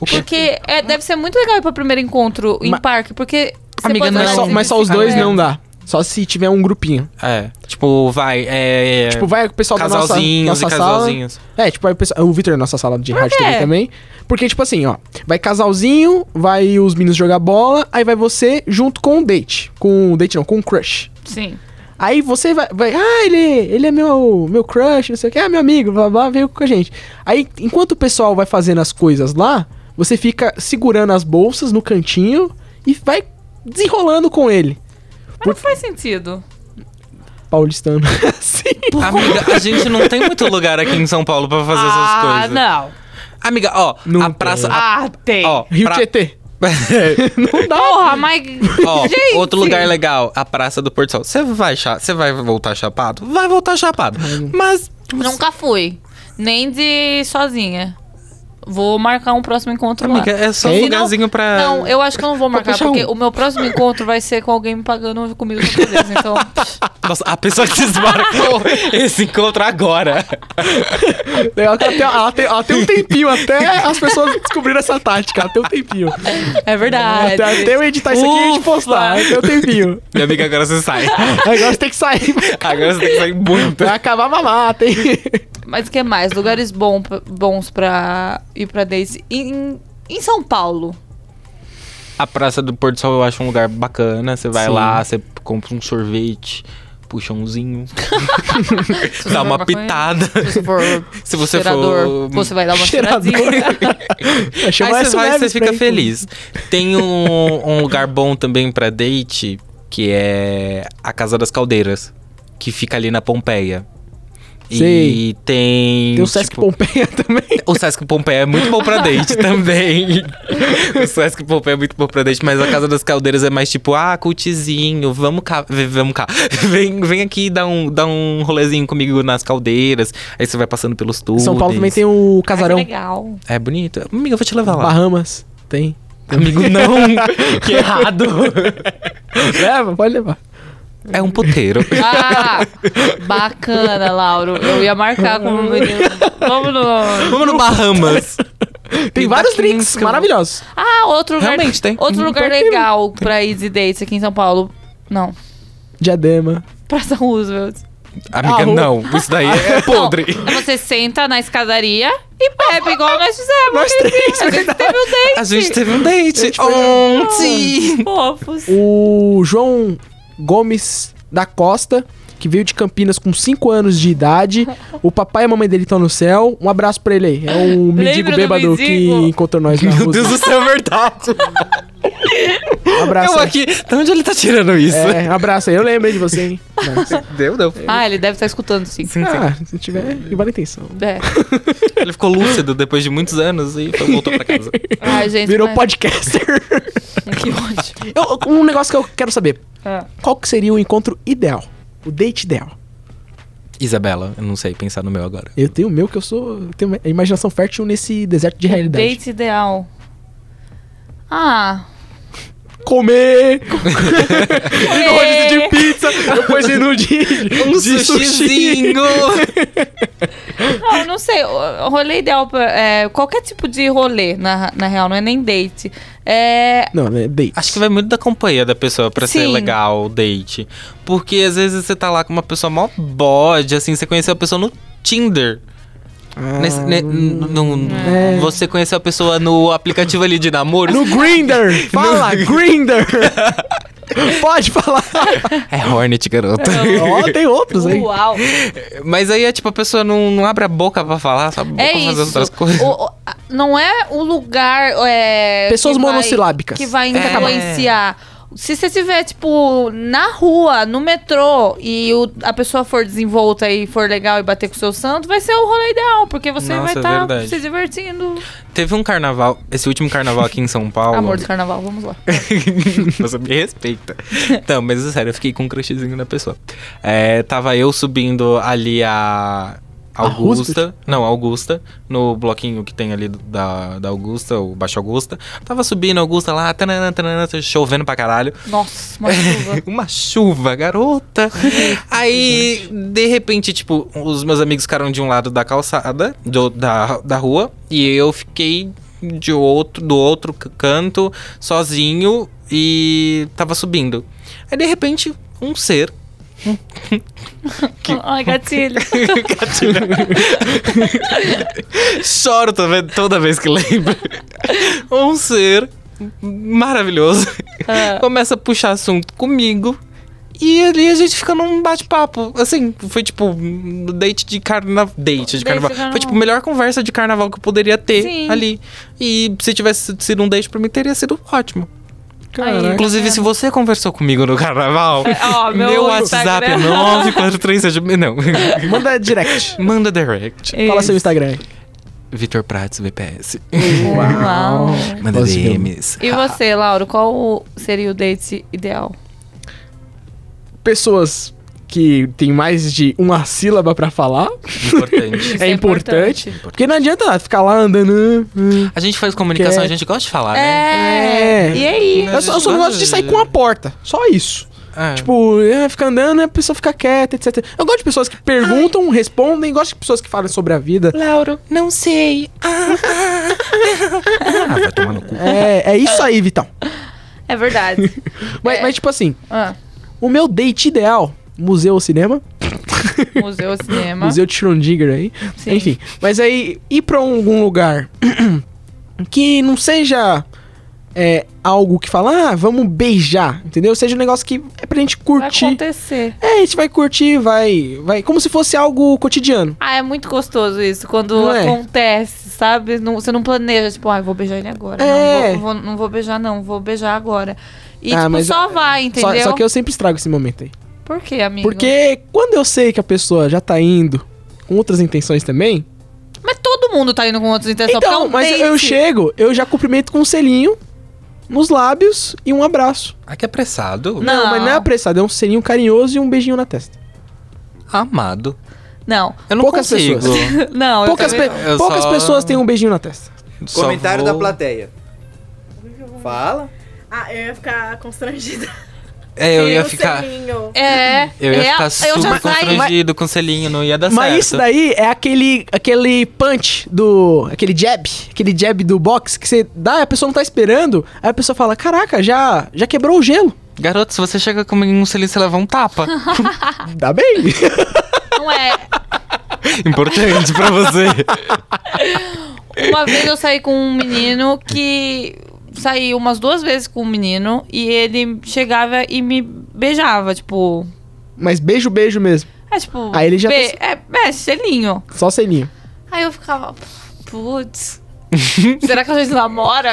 S1: O
S2: Porque é, deve ser muito legal ir pra primeiro encontro em
S3: Ma-
S2: parque, porque. você
S1: Amiga,
S2: pode
S1: não é
S3: Mas
S2: andar
S3: só,
S2: de
S3: mas só os
S2: bicicleta.
S3: dois não dá. Só se tiver um grupinho.
S1: É. Tipo, vai, é.
S3: Tipo, vai o pessoal da nossa,
S1: casalzinhos
S3: nossa
S1: e
S3: sala.
S1: casalzinhos.
S3: É, tipo, aí o pessoal. O Victor é nossa sala de rádio
S2: quê?
S3: TV também. Porque, tipo assim, ó, vai casalzinho, vai os meninos jogar bola, aí vai você junto com o date. Com o date não, com o crush.
S2: Sim.
S3: Aí você vai, vai, ah, ele, ele é meu, meu crush, não sei o que, ah, meu amigo, blá blá, veio com a gente. Aí, enquanto o pessoal vai fazendo as coisas lá, você fica segurando as bolsas no cantinho e vai desenrolando com ele.
S2: Mas não faz sentido.
S3: Paulistano. Sim.
S1: Amiga, a gente não tem muito lugar aqui em São Paulo pra fazer essas
S2: ah,
S1: coisas.
S2: não.
S1: Amiga, ó,
S3: Não
S1: a
S3: tem.
S1: praça. a-
S2: Ah, tem.
S1: ó,
S3: Rio
S1: pra-
S3: Tietê. Não dá.
S2: Porra, mas.
S1: Ó,
S2: Gente.
S1: outro lugar legal, a Praça do Porto Sol. Você vai, cha- você vai voltar chapado? Vai voltar chapado. Mas
S2: Nunca fui. Nem de sozinha. Vou marcar um próximo encontro
S1: Amiga,
S2: lá.
S1: é só
S3: Ei,
S1: um
S3: não-
S1: lugarzinho pra.
S2: Não, eu acho que eu não vou marcar,
S3: puxar
S2: porque
S3: um.
S2: o meu próximo encontro vai ser com alguém me pagando comida pra fazer. Então,
S1: Nossa, a pessoa que desmarcou esse encontro agora.
S3: Ela tem, até- ela tem- ela tem um tempinho até as pessoas descobrirem essa tática. Ela tem um tempinho.
S2: é verdade.
S3: Até, até eu editar isso aqui e a gente
S1: Ufa.
S3: postar. Ela tem um tempinho.
S1: Minha amiga, agora você sai.
S3: Agora você tem que sair.
S1: Agora você tem que sair muito.
S3: Vai acabar a mamata, hein?
S2: Mas o que mais? Lugares bom, pra- bons pra ir pra dates. Em, em São Paulo.
S1: A Praça do Porto Sol eu acho um lugar bacana. Você vai
S3: Sim.
S1: lá, você compra um sorvete, puxa umzinho,
S2: se você
S1: dá
S2: for
S1: uma
S2: maconheiro,
S1: pitada.
S2: Se você for
S1: Se você
S2: cheirador,
S1: for-
S2: você vai dar uma
S3: Cheirador.
S2: cheiradinha.
S3: Chama
S1: Aí
S3: essa
S1: você vai e
S3: Neves
S1: você fica
S3: pra ir.
S1: feliz. Tem um, um lugar bom também pra date, que é a Casa das Caldeiras, que fica ali na Pompeia. E
S3: Sei.
S1: tem.
S3: Tem o Sesc
S1: tipo,
S3: Pompeia também.
S1: O Sesc Pompeia é muito bom pra date também. O Sesc Pompeia é muito bom pra date, mas a Casa das Caldeiras é mais tipo, ah, cultizinho, vamos cá, v- vamos cá. Vem, vem aqui dar um, dar um rolezinho comigo nas caldeiras. Aí você vai passando pelos túneis.
S3: São Paulo também tem um o Casarão
S2: Ai, Ah, que legal.
S1: É bonito. Amiga, eu vou te levar lá.
S3: Bahamas. Tem.
S1: Amigo, não! que errado!
S3: Leva, pode levar.
S1: É um puteiro.
S2: Ah, bacana, Lauro. Eu ia marcar com o menino. Vamos no...
S1: Vamos no Bahamas.
S3: Tem, vários
S1: daqui em
S3: drinks
S1: São-
S3: maravilhosos.
S2: Ah, outro lugar.
S1: Realmente, tem.
S2: Outro
S1: Hum,
S2: lugar
S1: tem, tem.
S2: legal pra ir de dates aqui em São Paulo. Não.
S3: Diadema.
S2: Praça Roosevelt.
S1: Amiga,
S3: Ah, o-
S1: não. Isso daí é podre.
S2: Não, você senta na escadaria e bebe, igual nós fizemos.
S3: Nós
S2: aquele
S3: três,
S2: dia. A gente teve um date.
S1: A gente teve um date ontem.
S2: Fofos.
S3: O João Gomes da Costa, que veio de Campinas com 5 anos de idade. O papai e a mamãe dele estão no céu. Um abraço pra ele aí. É um mendigo
S2: do
S3: bêbado
S2: mendigo?
S3: que encontrou nós na
S1: Meu
S3: rua.
S1: Deus do céu, é verdade.
S3: Um abraço.
S1: Eu
S3: aí.
S1: aqui. De onde ele tá tirando isso?
S3: É, um abraço aí. Eu lembrei de você, hein? Mas-
S1: Deu, deu.
S2: Ah, ele deve estar escutando, sim.
S3: ah, se tiver, que vale a intenção.
S2: É.
S1: Ele ficou lúcido depois de muitos anos e foi- voltou pra casa.
S2: Ai, gente.
S3: Virou
S2: mas-
S3: podcaster.
S2: Que ótimo.
S3: Eu- um negócio que eu quero saber.
S2: Ah.
S3: Qual que seria o encontro ideal? O date ideal?
S1: Isabela, eu não sei pensar no meu agora.
S3: Eu tenho o meu que eu sou... eu tenho a imaginação fértil nesse deserto de realidade.
S2: Date ideal. Ah.
S3: Comer!
S2: é.
S3: rodízio de pizza! Depois ir no de...
S1: Um sushizinho!
S2: Não, eu Ah, não sei. O- o Rolê ideal pra, é, qualquer tipo de rolê, na, na real, não é nem date. É.
S3: Não, né? Date.
S1: Acho que vai muito da companhia da pessoa pra ser
S2: Sim.
S1: legal o date. Porque às vezes você tá lá com uma pessoa mó bode, assim, você conheceu a pessoa no Tinder.
S2: Ah.
S1: Nesse- ne- n- no-
S3: É.
S1: Você conheceu a pessoa no aplicativo ali de namoro.
S3: No
S2: é.
S3: Grinder! Fala, Grinder! Pode falar!
S1: É Hornet, garoto.
S3: Ó, tem outros aí.
S2: Uau!
S1: Mas aí é tipo, a pessoa não, não abre a boca pra falar, sabe?
S2: É
S1: pra fazer
S2: isso.
S1: outras coisas.
S2: O- o- a- não é o lugar. é,
S3: Pessoas
S2: que vai-
S3: monossilábicas.
S2: que vai
S1: É.
S2: influenciar. Se você estiver, tipo, na rua, no metrô, e o- a pessoa for desenvolta e for legal e bater com o seu santo, vai ser o rolê ideal, porque você
S1: Nossa,
S2: vai
S1: é
S2: estar
S1: verdade.
S2: se divertindo.
S1: Teve um carnaval, esse último carnaval aqui em São Paulo.
S2: Amor do carnaval, vamos lá.
S1: Você me respeita. Não, mas é sério, eu fiquei com um crushzinho na pessoa. É, tava eu subindo ali a. Augusta. não, Augusta. No bloquinho que tem ali do- da, da Augusta, o Baixo Augusta. Tava subindo a Augusta lá, tanana, tanana, chovendo pra caralho.
S2: Nossa, uma chuva.
S1: Uma chuva, garota. Aí, de repente, tipo, os meus amigos ficaram de um lado da calçada, do- da, da rua, e eu fiquei de outro, do outro c- canto, sozinho, e tava subindo. Aí, de repente, um ser.
S2: Ai, gatilho.
S1: Choro toda vez- toda vez que lembro. um ser maravilhoso
S2: Ah.
S1: começa a puxar assunto comigo. E ali a gente fica num bate-papo. Assim, foi tipo um date de carnaval. Date de
S2: de
S1: carnaval.
S2: carnaval.
S1: Foi tipo a melhor conversa de carnaval que eu poderia ter
S2: Sim.
S1: ali. E se tivesse sido um date pra mim, teria sido ótimo.
S2: Caraca.
S1: Inclusive, se você conversou comigo no carnaval,
S2: ó, É. Tá meu
S1: WhatsApp é
S2: Instagram.
S1: 943 Não.
S3: Manda direct.
S1: Manda direct.
S3: Fala seu
S2: Isso.
S3: Instagram aí.
S1: Vitor Prats, VPS.
S2: Uau.
S1: Manda
S3: Posso ver?
S1: DMs.
S2: E você, Lauro, qual o- seria o date ideal?
S3: Pessoas que tem mais de uma sílaba pra falar.
S1: Ah, Importante.
S2: Isso
S3: é
S2: é
S3: importante,
S2: importante.
S3: Porque não adianta nada ficar lá andando. ah,
S1: A gente faz comunicação,
S3: Quer-
S1: a gente gosta de falar, né?
S2: É.
S3: É.
S2: E aí?
S3: ah. Eu só, eu só não gosto de sair com a porta. Só isso.
S1: É.
S3: Tipo, é, fica andando, a pessoa fica quieta, etc. Eu gosto de pessoas que perguntam, respondem, gosto de pessoas que falam sobre a vida.
S1: Lauro, não sei. Ah, vai tomar no cu.
S3: É, é isso aí, Vitão.
S2: É verdade.
S3: Mas,
S2: É.
S3: mas, tipo assim,
S2: Ah,
S3: o meu date ideal, museu ou cinema,
S2: museu, cinema.
S3: museu de Schrödinger aí,
S2: Sim.
S3: enfim. Mas aí, ir pra algum lugar que não seja é, algo que fala, ah, vamos beijar, entendeu? Seja um negócio que é pra gente
S2: Vai
S3: curtir.
S2: acontecer.
S3: É, a gente vai curtir, vai, vai, como se fosse algo cotidiano.
S2: Ah, é muito gostoso isso, quando
S3: Não é?
S2: acontece, sabe? Não- você não planeja, tipo, ah, eu vou beijar ele agora.
S3: É.
S2: Não, vou, vou- não vou beijar, não, vou beijar agora. E,
S3: Ah,
S2: tipo,
S3: mas-
S2: só vai,
S3: Só,
S2: entendeu?
S3: só que eu sempre estrago esse momento aí.
S2: Por quê, amigo?
S3: Porque quando eu sei que a pessoa já tá indo com outras intenções também,
S2: Mas todo mundo tá indo com outros intenções. porque é
S3: então,
S2: um
S3: mas
S2: date.
S3: eu chego, eu já cumprimento com um selinho nos lábios e um abraço.
S1: Ah, que apressado.
S3: Não,
S2: Não.
S3: mas não é apressado, é um selinho carinhoso e um beijinho na testa.
S1: Amado.
S2: Não,
S1: Eu não
S3: Poucas
S1: consigo.
S3: pessoas.
S2: não.
S3: Poucas,
S2: eu também...
S3: pe-
S1: Eu
S3: poucas
S1: só-
S3: pessoas têm um beijinho na testa.
S1: Só
S7: Comentário
S1: vou-
S7: da plateia. Fala.
S6: Ah, eu ia ficar constrangida.
S1: É, eu ia
S6: Meu
S1: ficar...
S6: selinho.
S2: É,
S1: Eu ia
S2: é,
S1: ficar
S2: eu já
S1: super
S2: saí.
S1: constrangido com selinho, não ia dar Tá certo.
S3: Mas isso daí é aquele, aquele punch do. aquele jab, aquele jab do box que você dá, a pessoa não tá esperando, aí a pessoa fala: Caraca, já, já quebrou o gelo.
S1: Garoto, se você chega com um selinho, você leva um tapa.
S3: Dá bem.
S2: Não é.
S1: Importante pra você.
S2: Uma vez eu saí com um menino que. Saí umas duas vezes com um menino e ele chegava e me beijava, tipo.
S3: mas beijo, beijo mesmo.
S2: É tipo.
S3: Aí ele já tá
S2: be- é, é, selinho.
S3: Só selinho.
S2: Aí eu ficava. Putz. será que a gente namora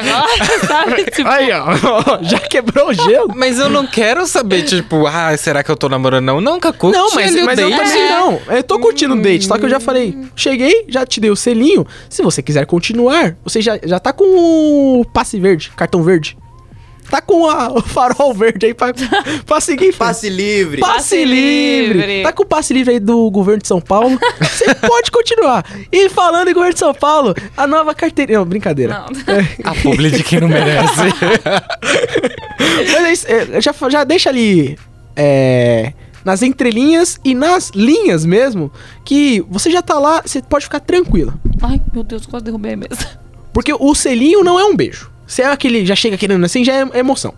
S2: agora? Sabe? Tipo,
S3: Aí, ó, já quebrou o gelo.
S1: Mas eu não quero saber, tipo, ah, será que eu tô namorando? Não, nunca curti
S3: É. Não, mas,
S1: ali o
S3: mas eu
S1: date.
S3: também não. Eu tô curtindo o date, só que eu já falei, cheguei, já te dei o selinho. Se você quiser continuar, você já, já tá com o passe verde, cartão verde. Tá com a- o farol verde aí pra, pra seguir. em frente.
S7: Passe livre.
S3: passe,
S2: Passe
S3: livre.
S2: livre.
S3: Tá com o passe livre aí do governo de São Paulo. você pode continuar. E falando em governo de São Paulo, a nova carteira. Não, brincadeira. É.
S2: não.
S1: A publi de quem não merece.
S3: Mas é isso, é, já, fa- já deixa ali. é, nas entrelinhas e nas linhas mesmo, que você já tá lá, você pode ficar tranquila.
S2: Ai, meu Deus, quase derrubei a mesa.
S3: Porque o selinho não é um beijo. Se é aquele, já chega querendo assim, já é emoção.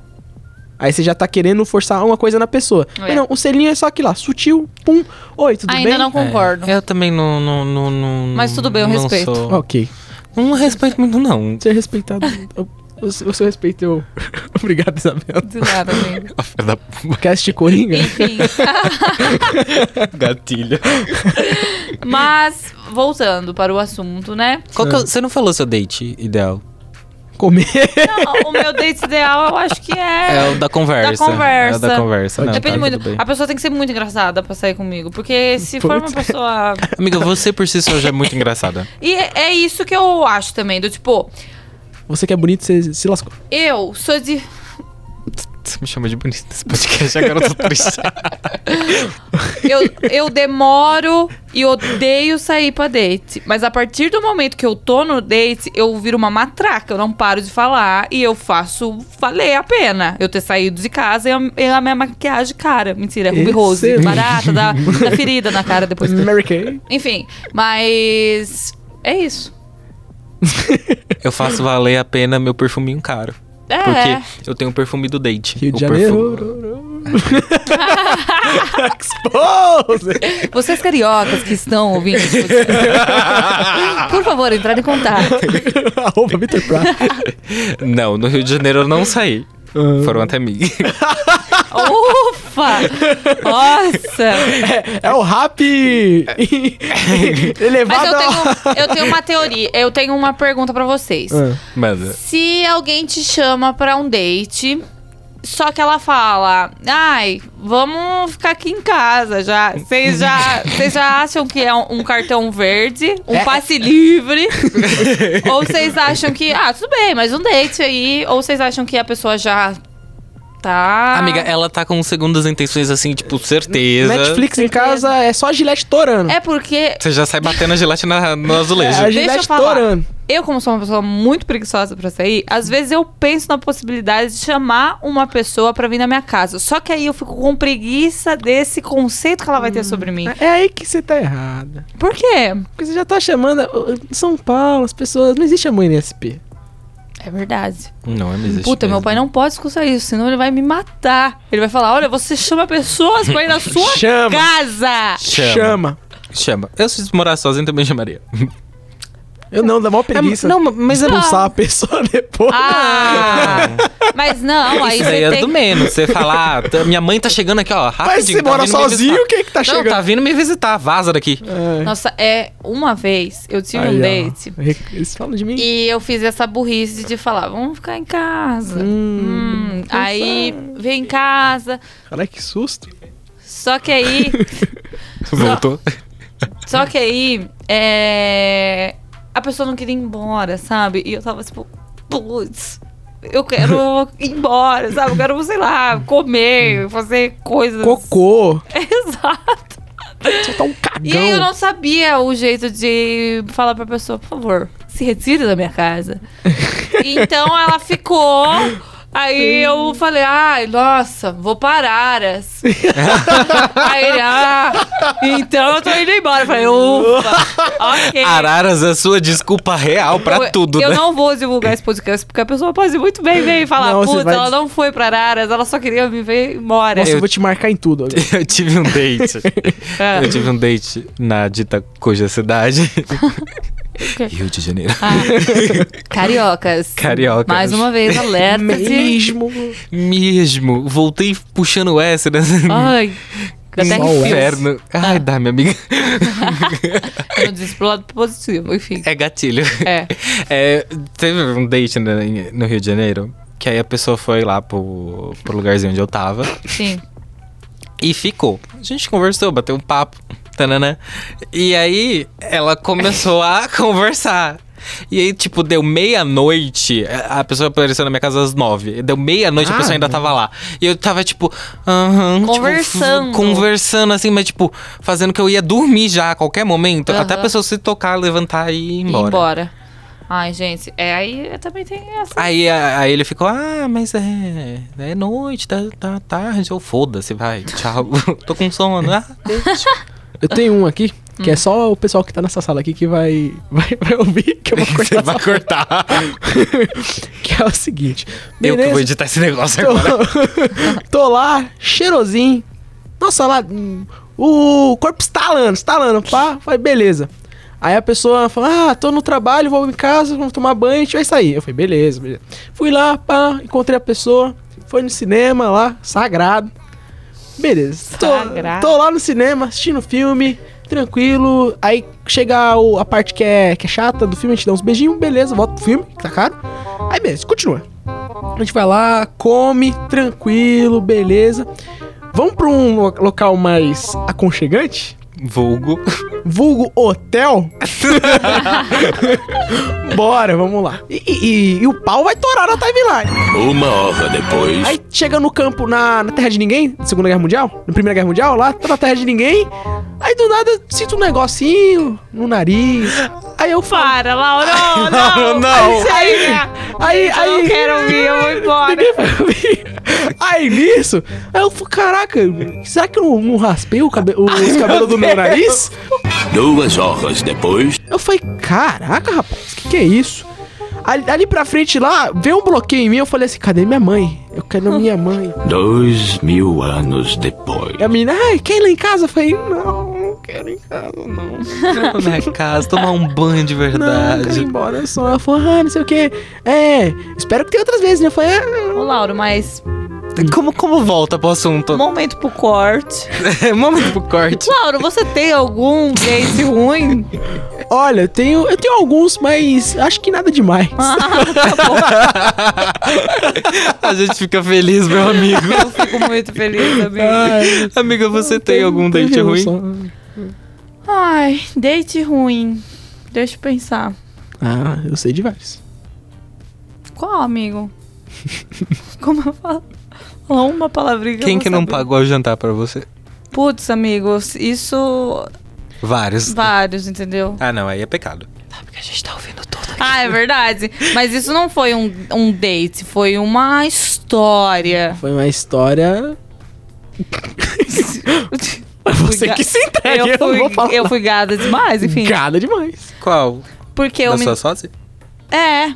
S3: Aí você já tá querendo forçar uma coisa na pessoa.
S2: É.
S3: Mas não, o selinho é só aquilo lá, sutil, pum, oi, tudo
S2: Ainda
S3: bem?
S2: não concordo.
S1: É. Eu também não, não, não, não-
S2: Mas tudo bem, eu
S1: não
S2: respeito.
S1: sou-
S3: Ok.
S1: Não respeito muito, não.
S3: Ser respeitado. eu- O seu o seu respeito eu. Obrigado, Isabel.
S2: De nada, amigo.
S3: Cast Coringa?
S2: Enfim.
S1: Gatilho.
S2: Mas, voltando para o assunto, né?
S1: Qual que é o- você não falou seu date ideal?
S3: Comer.
S2: Não, o meu date ideal eu acho que é.
S1: É o da conversa.
S2: Da conversa.
S1: É o da conversa. Não,
S2: Depende
S1: tá,
S2: muito.
S1: tudo bem.
S2: A pessoa tem que ser muito engraçada pra sair comigo. Porque se for uma
S3: Putz.
S2: pessoa.
S1: Amiga, você por si só já é muito engraçada.
S2: E é é isso que eu acho também. Do tipo,
S3: Você que é bonito, você se lascou.
S2: eu sou de.
S1: Você me chama de bonita nesse podcast, agora eu tô triste.
S2: Eu, eu demoro e odeio sair pra date. Mas a partir do momento que eu tô no date, eu viro uma matraca. Eu não paro de falar e eu faço. Falei a pena eu ter saído de casa e a, e a minha maquiagem cara. Mentira, é Ruby Rose.
S3: Excelente.
S2: Barata, da, da ferida na cara depois.
S3: Mary Kay.
S2: Enfim, mas. É isso.
S1: eu faço valer a pena meu perfuminho caro.
S2: É.
S1: Porque eu tenho o perfume do date.
S3: Rio de
S1: o perfume-
S3: Janeiro. Expose!
S8: Vocês cariocas que estão ouvindo, esse podcast, por favor, entrar em contato.
S3: Arroba Vitor Prado.
S1: Não, no Rio de Janeiro eu não saí.
S3: Ah.
S1: Foram até mim.
S2: Ufa! Nossa!
S3: É o rap
S2: Mas
S3: elevado
S2: eu
S3: ao-
S2: tenho, um- eu tenho uma teoria, eu tenho uma pergunta pra vocês.
S3: Ah,
S1: Manda.
S2: Se alguém te chama pra um date, só que ela fala, ai, vamos ficar aqui em casa já. Vocês já, vocês já acham que é um, um cartão verde, um passe livre? ou vocês acham que, ah, tudo bem, mas um date aí. Ou vocês acham que a pessoa já tá.
S1: Amiga, ela tá com segundas intenções assim, tipo, certeza.
S3: Netflix em casa é só a Gillette torando. É
S2: É porque
S1: Você já sai batendo a gelate na, no azulejo.
S3: a
S2: deixa eu
S3: Gillette
S2: falar.
S3: torando.
S2: eu, como sou uma pessoa muito preguiçosa pra sair, às vezes eu penso na possibilidade de chamar uma pessoa pra vir na minha casa. Só que aí eu fico com preguiça desse conceito que ela vai ter sobre mim.
S3: É aí que você tá errada.
S2: Por quê?
S3: Porque você já tá chamando uh, São Paulo, as pessoas. Não existe a mãe SP.
S2: É verdade.
S1: Não, é mesmo.
S2: Puta, meu pai não pode escutar isso, senão ele vai me matar. Ele vai falar: olha, você chama pessoas pra ir na sua
S3: Chama.
S2: casa.
S1: Chama.
S3: Chama.
S1: Chama. Eu, se morar sozinho, também chamaria.
S3: Eu não, dá mó preguiça.
S1: não, mas é-
S3: expulsar a pessoa depois.
S2: Ah! Mas não, aí
S1: Isso
S2: você
S1: daí é
S2: tem.
S1: do menos. Você fala, ah, t- minha mãe tá chegando aqui, ó. Rapidinho,
S3: Mas você
S1: tá
S3: mora
S1: vindo me
S3: sozinho,
S1: visitar.
S3: quem que tá
S1: Não,
S3: chegando?
S1: tá vindo me visitar. Vaza daqui.
S3: É.
S2: Nossa, é uma vez eu tive
S3: Aí,
S2: um
S3: ó. Hum.
S2: date
S3: Re- Eles falam de mim.
S2: E eu fiz essa burrice de falar, vamos ficar em casa. Hum, aí vem em casa.
S3: Caralho, que susto.
S2: Só que aí.
S1: Voltou.
S2: só que aí. é, A pessoa não queria ir embora, sabe? E eu tava tipo, putz, eu quero ir embora, sabe? Eu quero, sei lá, comer, fazer coisas.
S3: Cocô.
S2: Exato.
S3: Só tá um
S2: E aí eu
S3: cagão.
S2: não sabia o jeito de falar pra pessoa, por favor, se retire da minha casa. então ela ficou. Aí eu falei, ai, nossa, vou parar. aí ele, ah, então eu tô indo embora. Eu falei, ufa, ok.
S1: Araras é a sua desculpa real pra
S2: Eu-
S1: tudo,
S2: eu
S1: né?
S2: não vou divulgar esse podcast porque a pessoa pode muito bem vir e falar,
S3: Não, você
S2: puta,
S3: vai
S2: ela
S3: des-
S2: não foi pra Araras, ela só queria me ver embora.
S3: Nossa, eu
S1: Eu-
S3: vou te marcar em tudo. agora.
S1: Eu tive um date.
S2: É.
S1: Eu tive um date na dita cuja cidade. Rio de Janeiro.
S2: Ah.
S8: Cariocas.
S1: Carioca.
S8: Mais uma vez, alerta de...
S3: Mesmo.
S1: Mesmo. Voltei puxando S nessa.
S2: Ai, dá até
S3: Só o
S2: arrepio.
S1: inferno. Ai, dá, minha amiga.
S2: Eu disse pro lado positivo, enfim.
S1: É gatilho.
S2: É.
S1: É, teve um date né, em- no Rio de Janeiro, que aí a pessoa foi lá pro, pro lugarzinho onde eu tava
S2: Sim.
S1: e ficou. A gente conversou, bateu um papo, tananã. E aí ela começou a conversar. E aí, tipo, deu meia-noite, a a pessoa apareceu na minha casa às nove. Deu meia-noite, a pessoa ainda tava lá. E eu tava, tipo, aham, tipo,
S2: Conversando.
S1: f- conversando, assim, mas, tipo, fazendo que eu ia dormir já a qualquer momento.
S2: Aham.
S1: Até a pessoa se tocar, levantar e ir
S2: E
S1: embora.
S2: embora. Ai, gente, é aí eu também tem essa.
S1: Aí, a- aí ele ficou, ah, mas é, é noite, tá, tá tarde. Eu foda-se, vai, tchau. Tô com sono. Ah, beijo.
S3: Eu tenho um aqui, que
S2: Hum.
S3: é só o pessoal que tá nessa sala aqui que vai, vai, vai ouvir, que é eu vou cortar. essa-
S1: cortar.
S3: que é o seguinte.
S1: Eu que
S3: Beleza,
S1: vou editar esse negócio agora.
S3: tô, tô lá, cheirosinho. Nossa, lá. hum, O corpo estalando, estalando, pá. Falei, beleza. Aí a pessoa fala: Ah, tô no trabalho, vou em casa, vou tomar banho, a gente vai sair. Eu falei, beleza, beleza. Fui lá, pá, encontrei a pessoa. Foi no cinema lá, sagrado. Beleza. Tô,
S2: Sagrado.
S3: tô lá no cinema, assistindo filme, tranquilo. Aí chega o- a parte que é, que é chata do filme, a gente dá uns beijinhos, beleza, volta pro filme, que tá caro. Aí beleza, continua. A gente vai lá, come, tranquilo, beleza. Vamos pra um lo- local mais aconchegante?
S1: Vulgo.
S3: Vulgo hotel? Bora, vamos lá. E, e- e o pau vai torar na timeline.
S9: Uma hora depois.
S3: Aí chega no campo, na, na Terra de Ninguém, da Segunda Guerra Mundial, na Primeira Guerra Mundial, lá, tá na Terra de Ninguém. Aí do nada, sinto um negocinho no nariz. Aí eu falo.
S2: Para, Laura, não, não,
S1: não.
S2: Chega.
S3: Aí,
S2: Eu não
S3: aí.
S2: quero ouvir, eu vou embora.
S3: Ninguém vai ouvir. Aí nisso, aí eu falei, caraca, será que eu não raspei o cabe- os cabelos do meu nariz?
S9: Duas horas depois.
S3: Eu falei, caraca, rapaz, o que, que é isso? Ali, ali pra frente lá, veio um bloqueio em mim, eu falei assim, cadê minha mãe? Eu quero minha mãe.
S9: Dois mil anos depois.
S3: E a menina, ai, quer ir lá em casa? Eu falei, não, não quero ir em casa, não.
S1: Vou na minha casa, tomar um banho de
S3: Não, eu quero ir
S1: verdade.
S3: embora só. Ela falou, ah, não sei o que. É, espero que tenha outras vezes, né? Eu falei, ah,
S2: Ô, Lauro, mas
S1: Como, como volta pro assunto?
S2: momento pro corte.
S1: Momento pro corte.
S2: Lauro, você tem algum date ruim?
S3: olha, eu tenho, eu tenho alguns, mas acho que nada demais.
S2: Ah, tá
S1: A gente fica feliz, meu amigo.
S2: Eu fico muito feliz, amigo.
S1: Amiga, você tem algum
S3: Teve
S1: date
S3: um
S1: ruim?
S3: só.
S2: Ai, date ruim. Deixa eu pensar.
S3: Ah, eu sei de vários.
S2: Qual, amigo? Como eu falo? Fala uma palavrinha. eu
S1: Quem
S2: vou
S1: que não
S2: saber.
S1: pagou o jantar pra você?
S2: Putz, amigos, isso.
S1: Vários.
S2: Vários, entendeu?
S1: Ah, não, aí é pecado.
S2: Porque a gente tá ouvindo tudo aqui. Ah, é verdade. Mas isso não foi um, um date, foi uma história.
S3: Foi uma história. Você que se entregue, eu,
S2: eu fui,
S3: não vou falar.
S2: eu fui gada demais, enfim.
S3: Gada demais.
S1: Qual?
S2: Porque
S1: da
S2: eu me.
S1: sua sócia?
S2: É.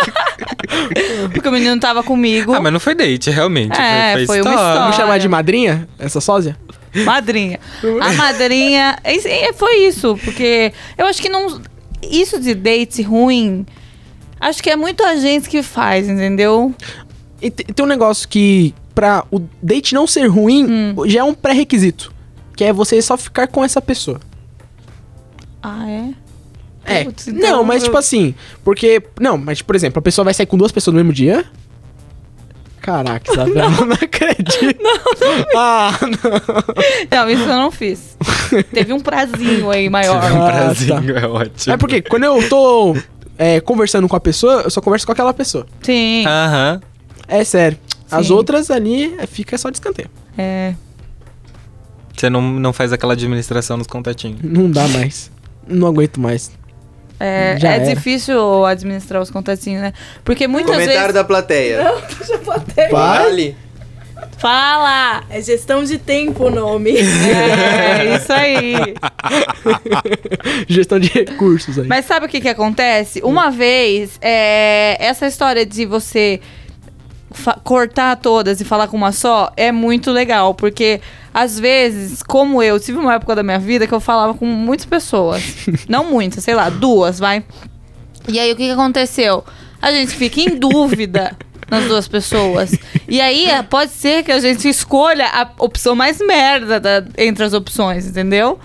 S2: Porque o menino tava comigo.
S1: Ah, mas não foi date, realmente.
S2: É, foi uma
S3: Vamos
S2: história.
S3: chamar de madrinha? Essa sósia?
S2: Madrinha. A
S3: é?
S2: madrinha. Esse- é, Foi isso, porque eu acho que não. Isso de date ruim. Acho que é muita gente que faz, entendeu?
S3: E te- tem um negócio que, pra o date não ser ruim,
S2: Hum.
S3: já é um pré-requisito. Que é você só ficar com essa pessoa.
S2: Ah, é?
S3: É.
S2: Putz,
S3: não,
S2: então
S3: mas
S2: eu-
S3: tipo assim, porque. Não, mas por exemplo, a pessoa vai sair com duas pessoas no mesmo dia? Caraca, Isabel, eu não acredito. Não, não. Ah, não.
S2: Não, isso eu não fiz. Teve um prazinho aí
S1: Tive um
S2: maior.
S1: prazinho, é ótimo.
S3: É porque quando eu tô é, conversando com a pessoa, eu só converso com aquela pessoa.
S2: Sim.
S3: Ah.
S1: Aham.
S3: É sério. As
S2: Sim.
S3: outras ali é, fica só de escanteio.
S2: É.
S1: Você não, não faz aquela administração nos contatinhos.
S3: Não dá mais. Não aguento mais.
S2: É,
S3: Já
S2: é
S3: era.
S2: difícil administrar os contatinhos, né? Porque muitas
S7: Comentário
S2: vezes.
S7: da plateia. Vale.
S2: Fala!
S6: É gestão de tempo o nome.
S2: É, isso aí.
S3: Gestão de recursos aí.
S2: Mas sabe o que que acontece? Uma vez, é, essa história de você fa- cortar todas e falar com uma só é muito legal, porque às vezes, como eu, tive uma época da minha vida que eu falava com muitas pessoas. Não muitas, sei lá, duas, vai. E aí o que, que aconteceu? A gente fica em dúvida nas duas pessoas. E aí é, pode ser que a gente escolha a opção mais merda da- entre as opções, entendeu?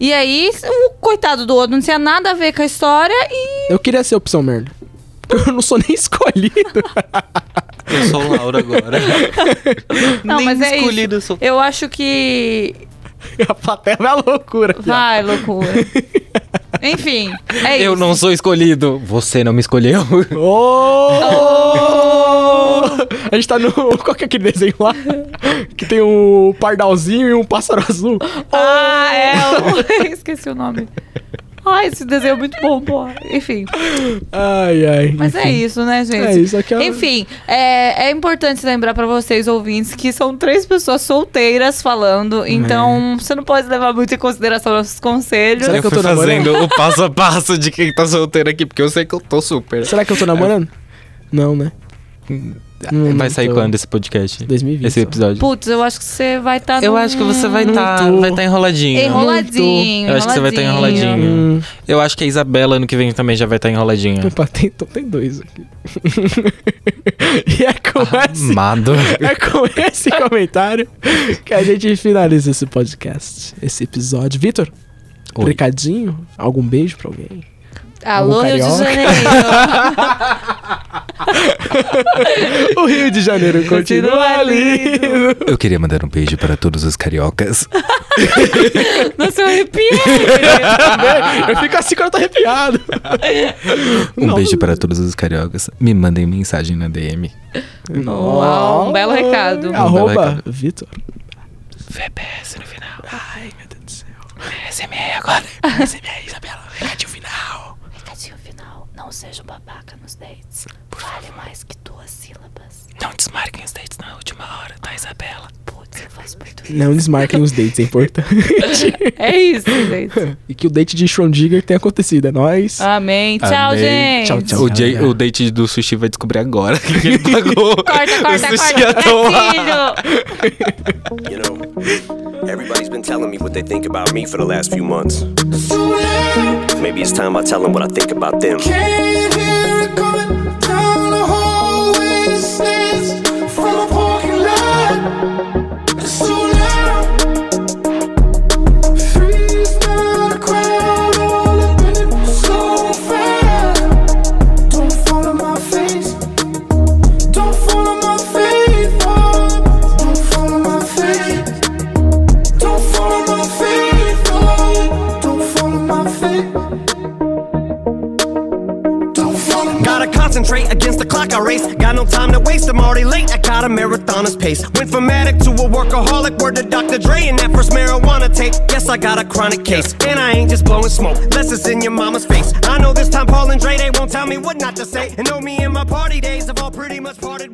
S2: E aí o coitado do outro não tinha nada a ver com a história e.
S3: Eu queria ser opção merda. Porque eu não sou nem escolhido.
S1: Eu sou o Laura agora.
S2: Não,
S1: Nem
S2: mas é
S1: escolhido eu
S2: isso.
S1: sou.
S2: Eu acho que.
S3: a plateia vai à loucura. aqui, ó.
S2: Vai, loucura. Enfim, é isso.
S1: Eu não sou escolhido. Você não me escolheu.
S3: Oh! A gente tá no. Qual que é aquele desenho lá? Que tem um pardalzinho e um pássaro azul.
S2: Ah, é. Eu... Esqueci o nome. Ai, esse desenho é muito bom, pô. Enfim.
S3: Ai, ai.
S2: Mas é isso, né, gente?
S3: É isso,
S1: Então-
S3: aqui é-
S2: Enfim, é, é importante lembrar pra vocês, ouvintes, que são três pessoas solteiras falando, então você não pode levar muito em consideração nossos conselhos.
S3: Será
S1: Eu
S3: que eu
S1: fui
S3: tô namorando?
S1: fazendo o passo a passo de quem tá solteiro aqui, porque eu sei que eu tô super.
S3: Será que eu tô namorando? Não, né? Hum,
S1: Vai sair
S3: tô.
S1: quando esse podcast?
S3: 2020
S1: Esse
S3: só.
S1: episódio?
S2: Putz, eu acho que você vai tá
S3: tá
S2: estar
S1: Eu acho que você vai
S3: Não
S1: estar
S3: tô.
S1: vai tá enroladinho.
S2: enroladinho.
S1: Eu acho que você vai estar enroladinho.
S3: Hum,
S1: Eu acho que a Isabela ano que vem também já vai tá estar enroladinha.
S3: opa, tem, então tem dois aqui. e é com,
S1: Ah,
S3: esse,
S1: Amado.
S3: é com esse comentário que a gente finaliza esse podcast, esse episódio. Vitor,
S1: Oi.
S3: recadinho? Algum beijo pra alguém?
S2: Alô,
S3: Algum
S2: Rio de
S3: carioca?
S2: Janeiro.
S3: O Rio de Janeiro continua
S2: Continua
S3: lindo.
S1: Eu queria mandar um beijo para todos os cariocas.
S2: Nossa, eu arrepiei.
S3: Eu fico assim quando eu tô arrepiado.
S1: Um
S3: Nossa.
S1: beijo para todos os cariocas. Me mandem mensagem na DM.
S2: Uau, um belo recado.
S3: Arroba Vitor.
S1: VPS no final.
S3: Ai, meu Deus do céu.
S1: SME agora.
S3: SMR, Isabela, recadinho final.
S8: Recadinho final, não seja um babaca nos dates. Vale mais que duas sílabas.
S1: Não desmarquem os dates na última hora, tá, Isabela?
S8: Putz,
S3: Não desmarquem os dates, é importante.
S2: É isso, gente.
S3: e que o date de Schrondinger tenha acontecido, é nóis.
S2: Amém. Tchau,
S1: Amém.
S2: gente.
S3: Tchau, tchau.
S1: O, Jay- o date do sushi vai descobrir agora que ele pagou.
S2: Corta,
S1: o
S2: corta, É
S1: sushi ia
S3: tá
S2: corta.
S1: tomar.
S2: Gatilho.
S10: You know, everybody's been telling me what they think about me for the last few months. Maybe it's time I tell them what I think about them.
S5: Don't follow my faith, oh, don't follow my faith. Don't follow my
S10: Gotta concentrate against the clock I race. Got no time to waste, I'm already late. I got a marathoner's pace. Went from addict to a workaholic, word to Dr. Dre and that first marijuana tape. Yes, I got a chronic case. And I ain't just blowing smoke, unless it's in your mama's face. I know this time Paul and Dre, they won't tell me what not to say. And know me and my party days have all pretty much parted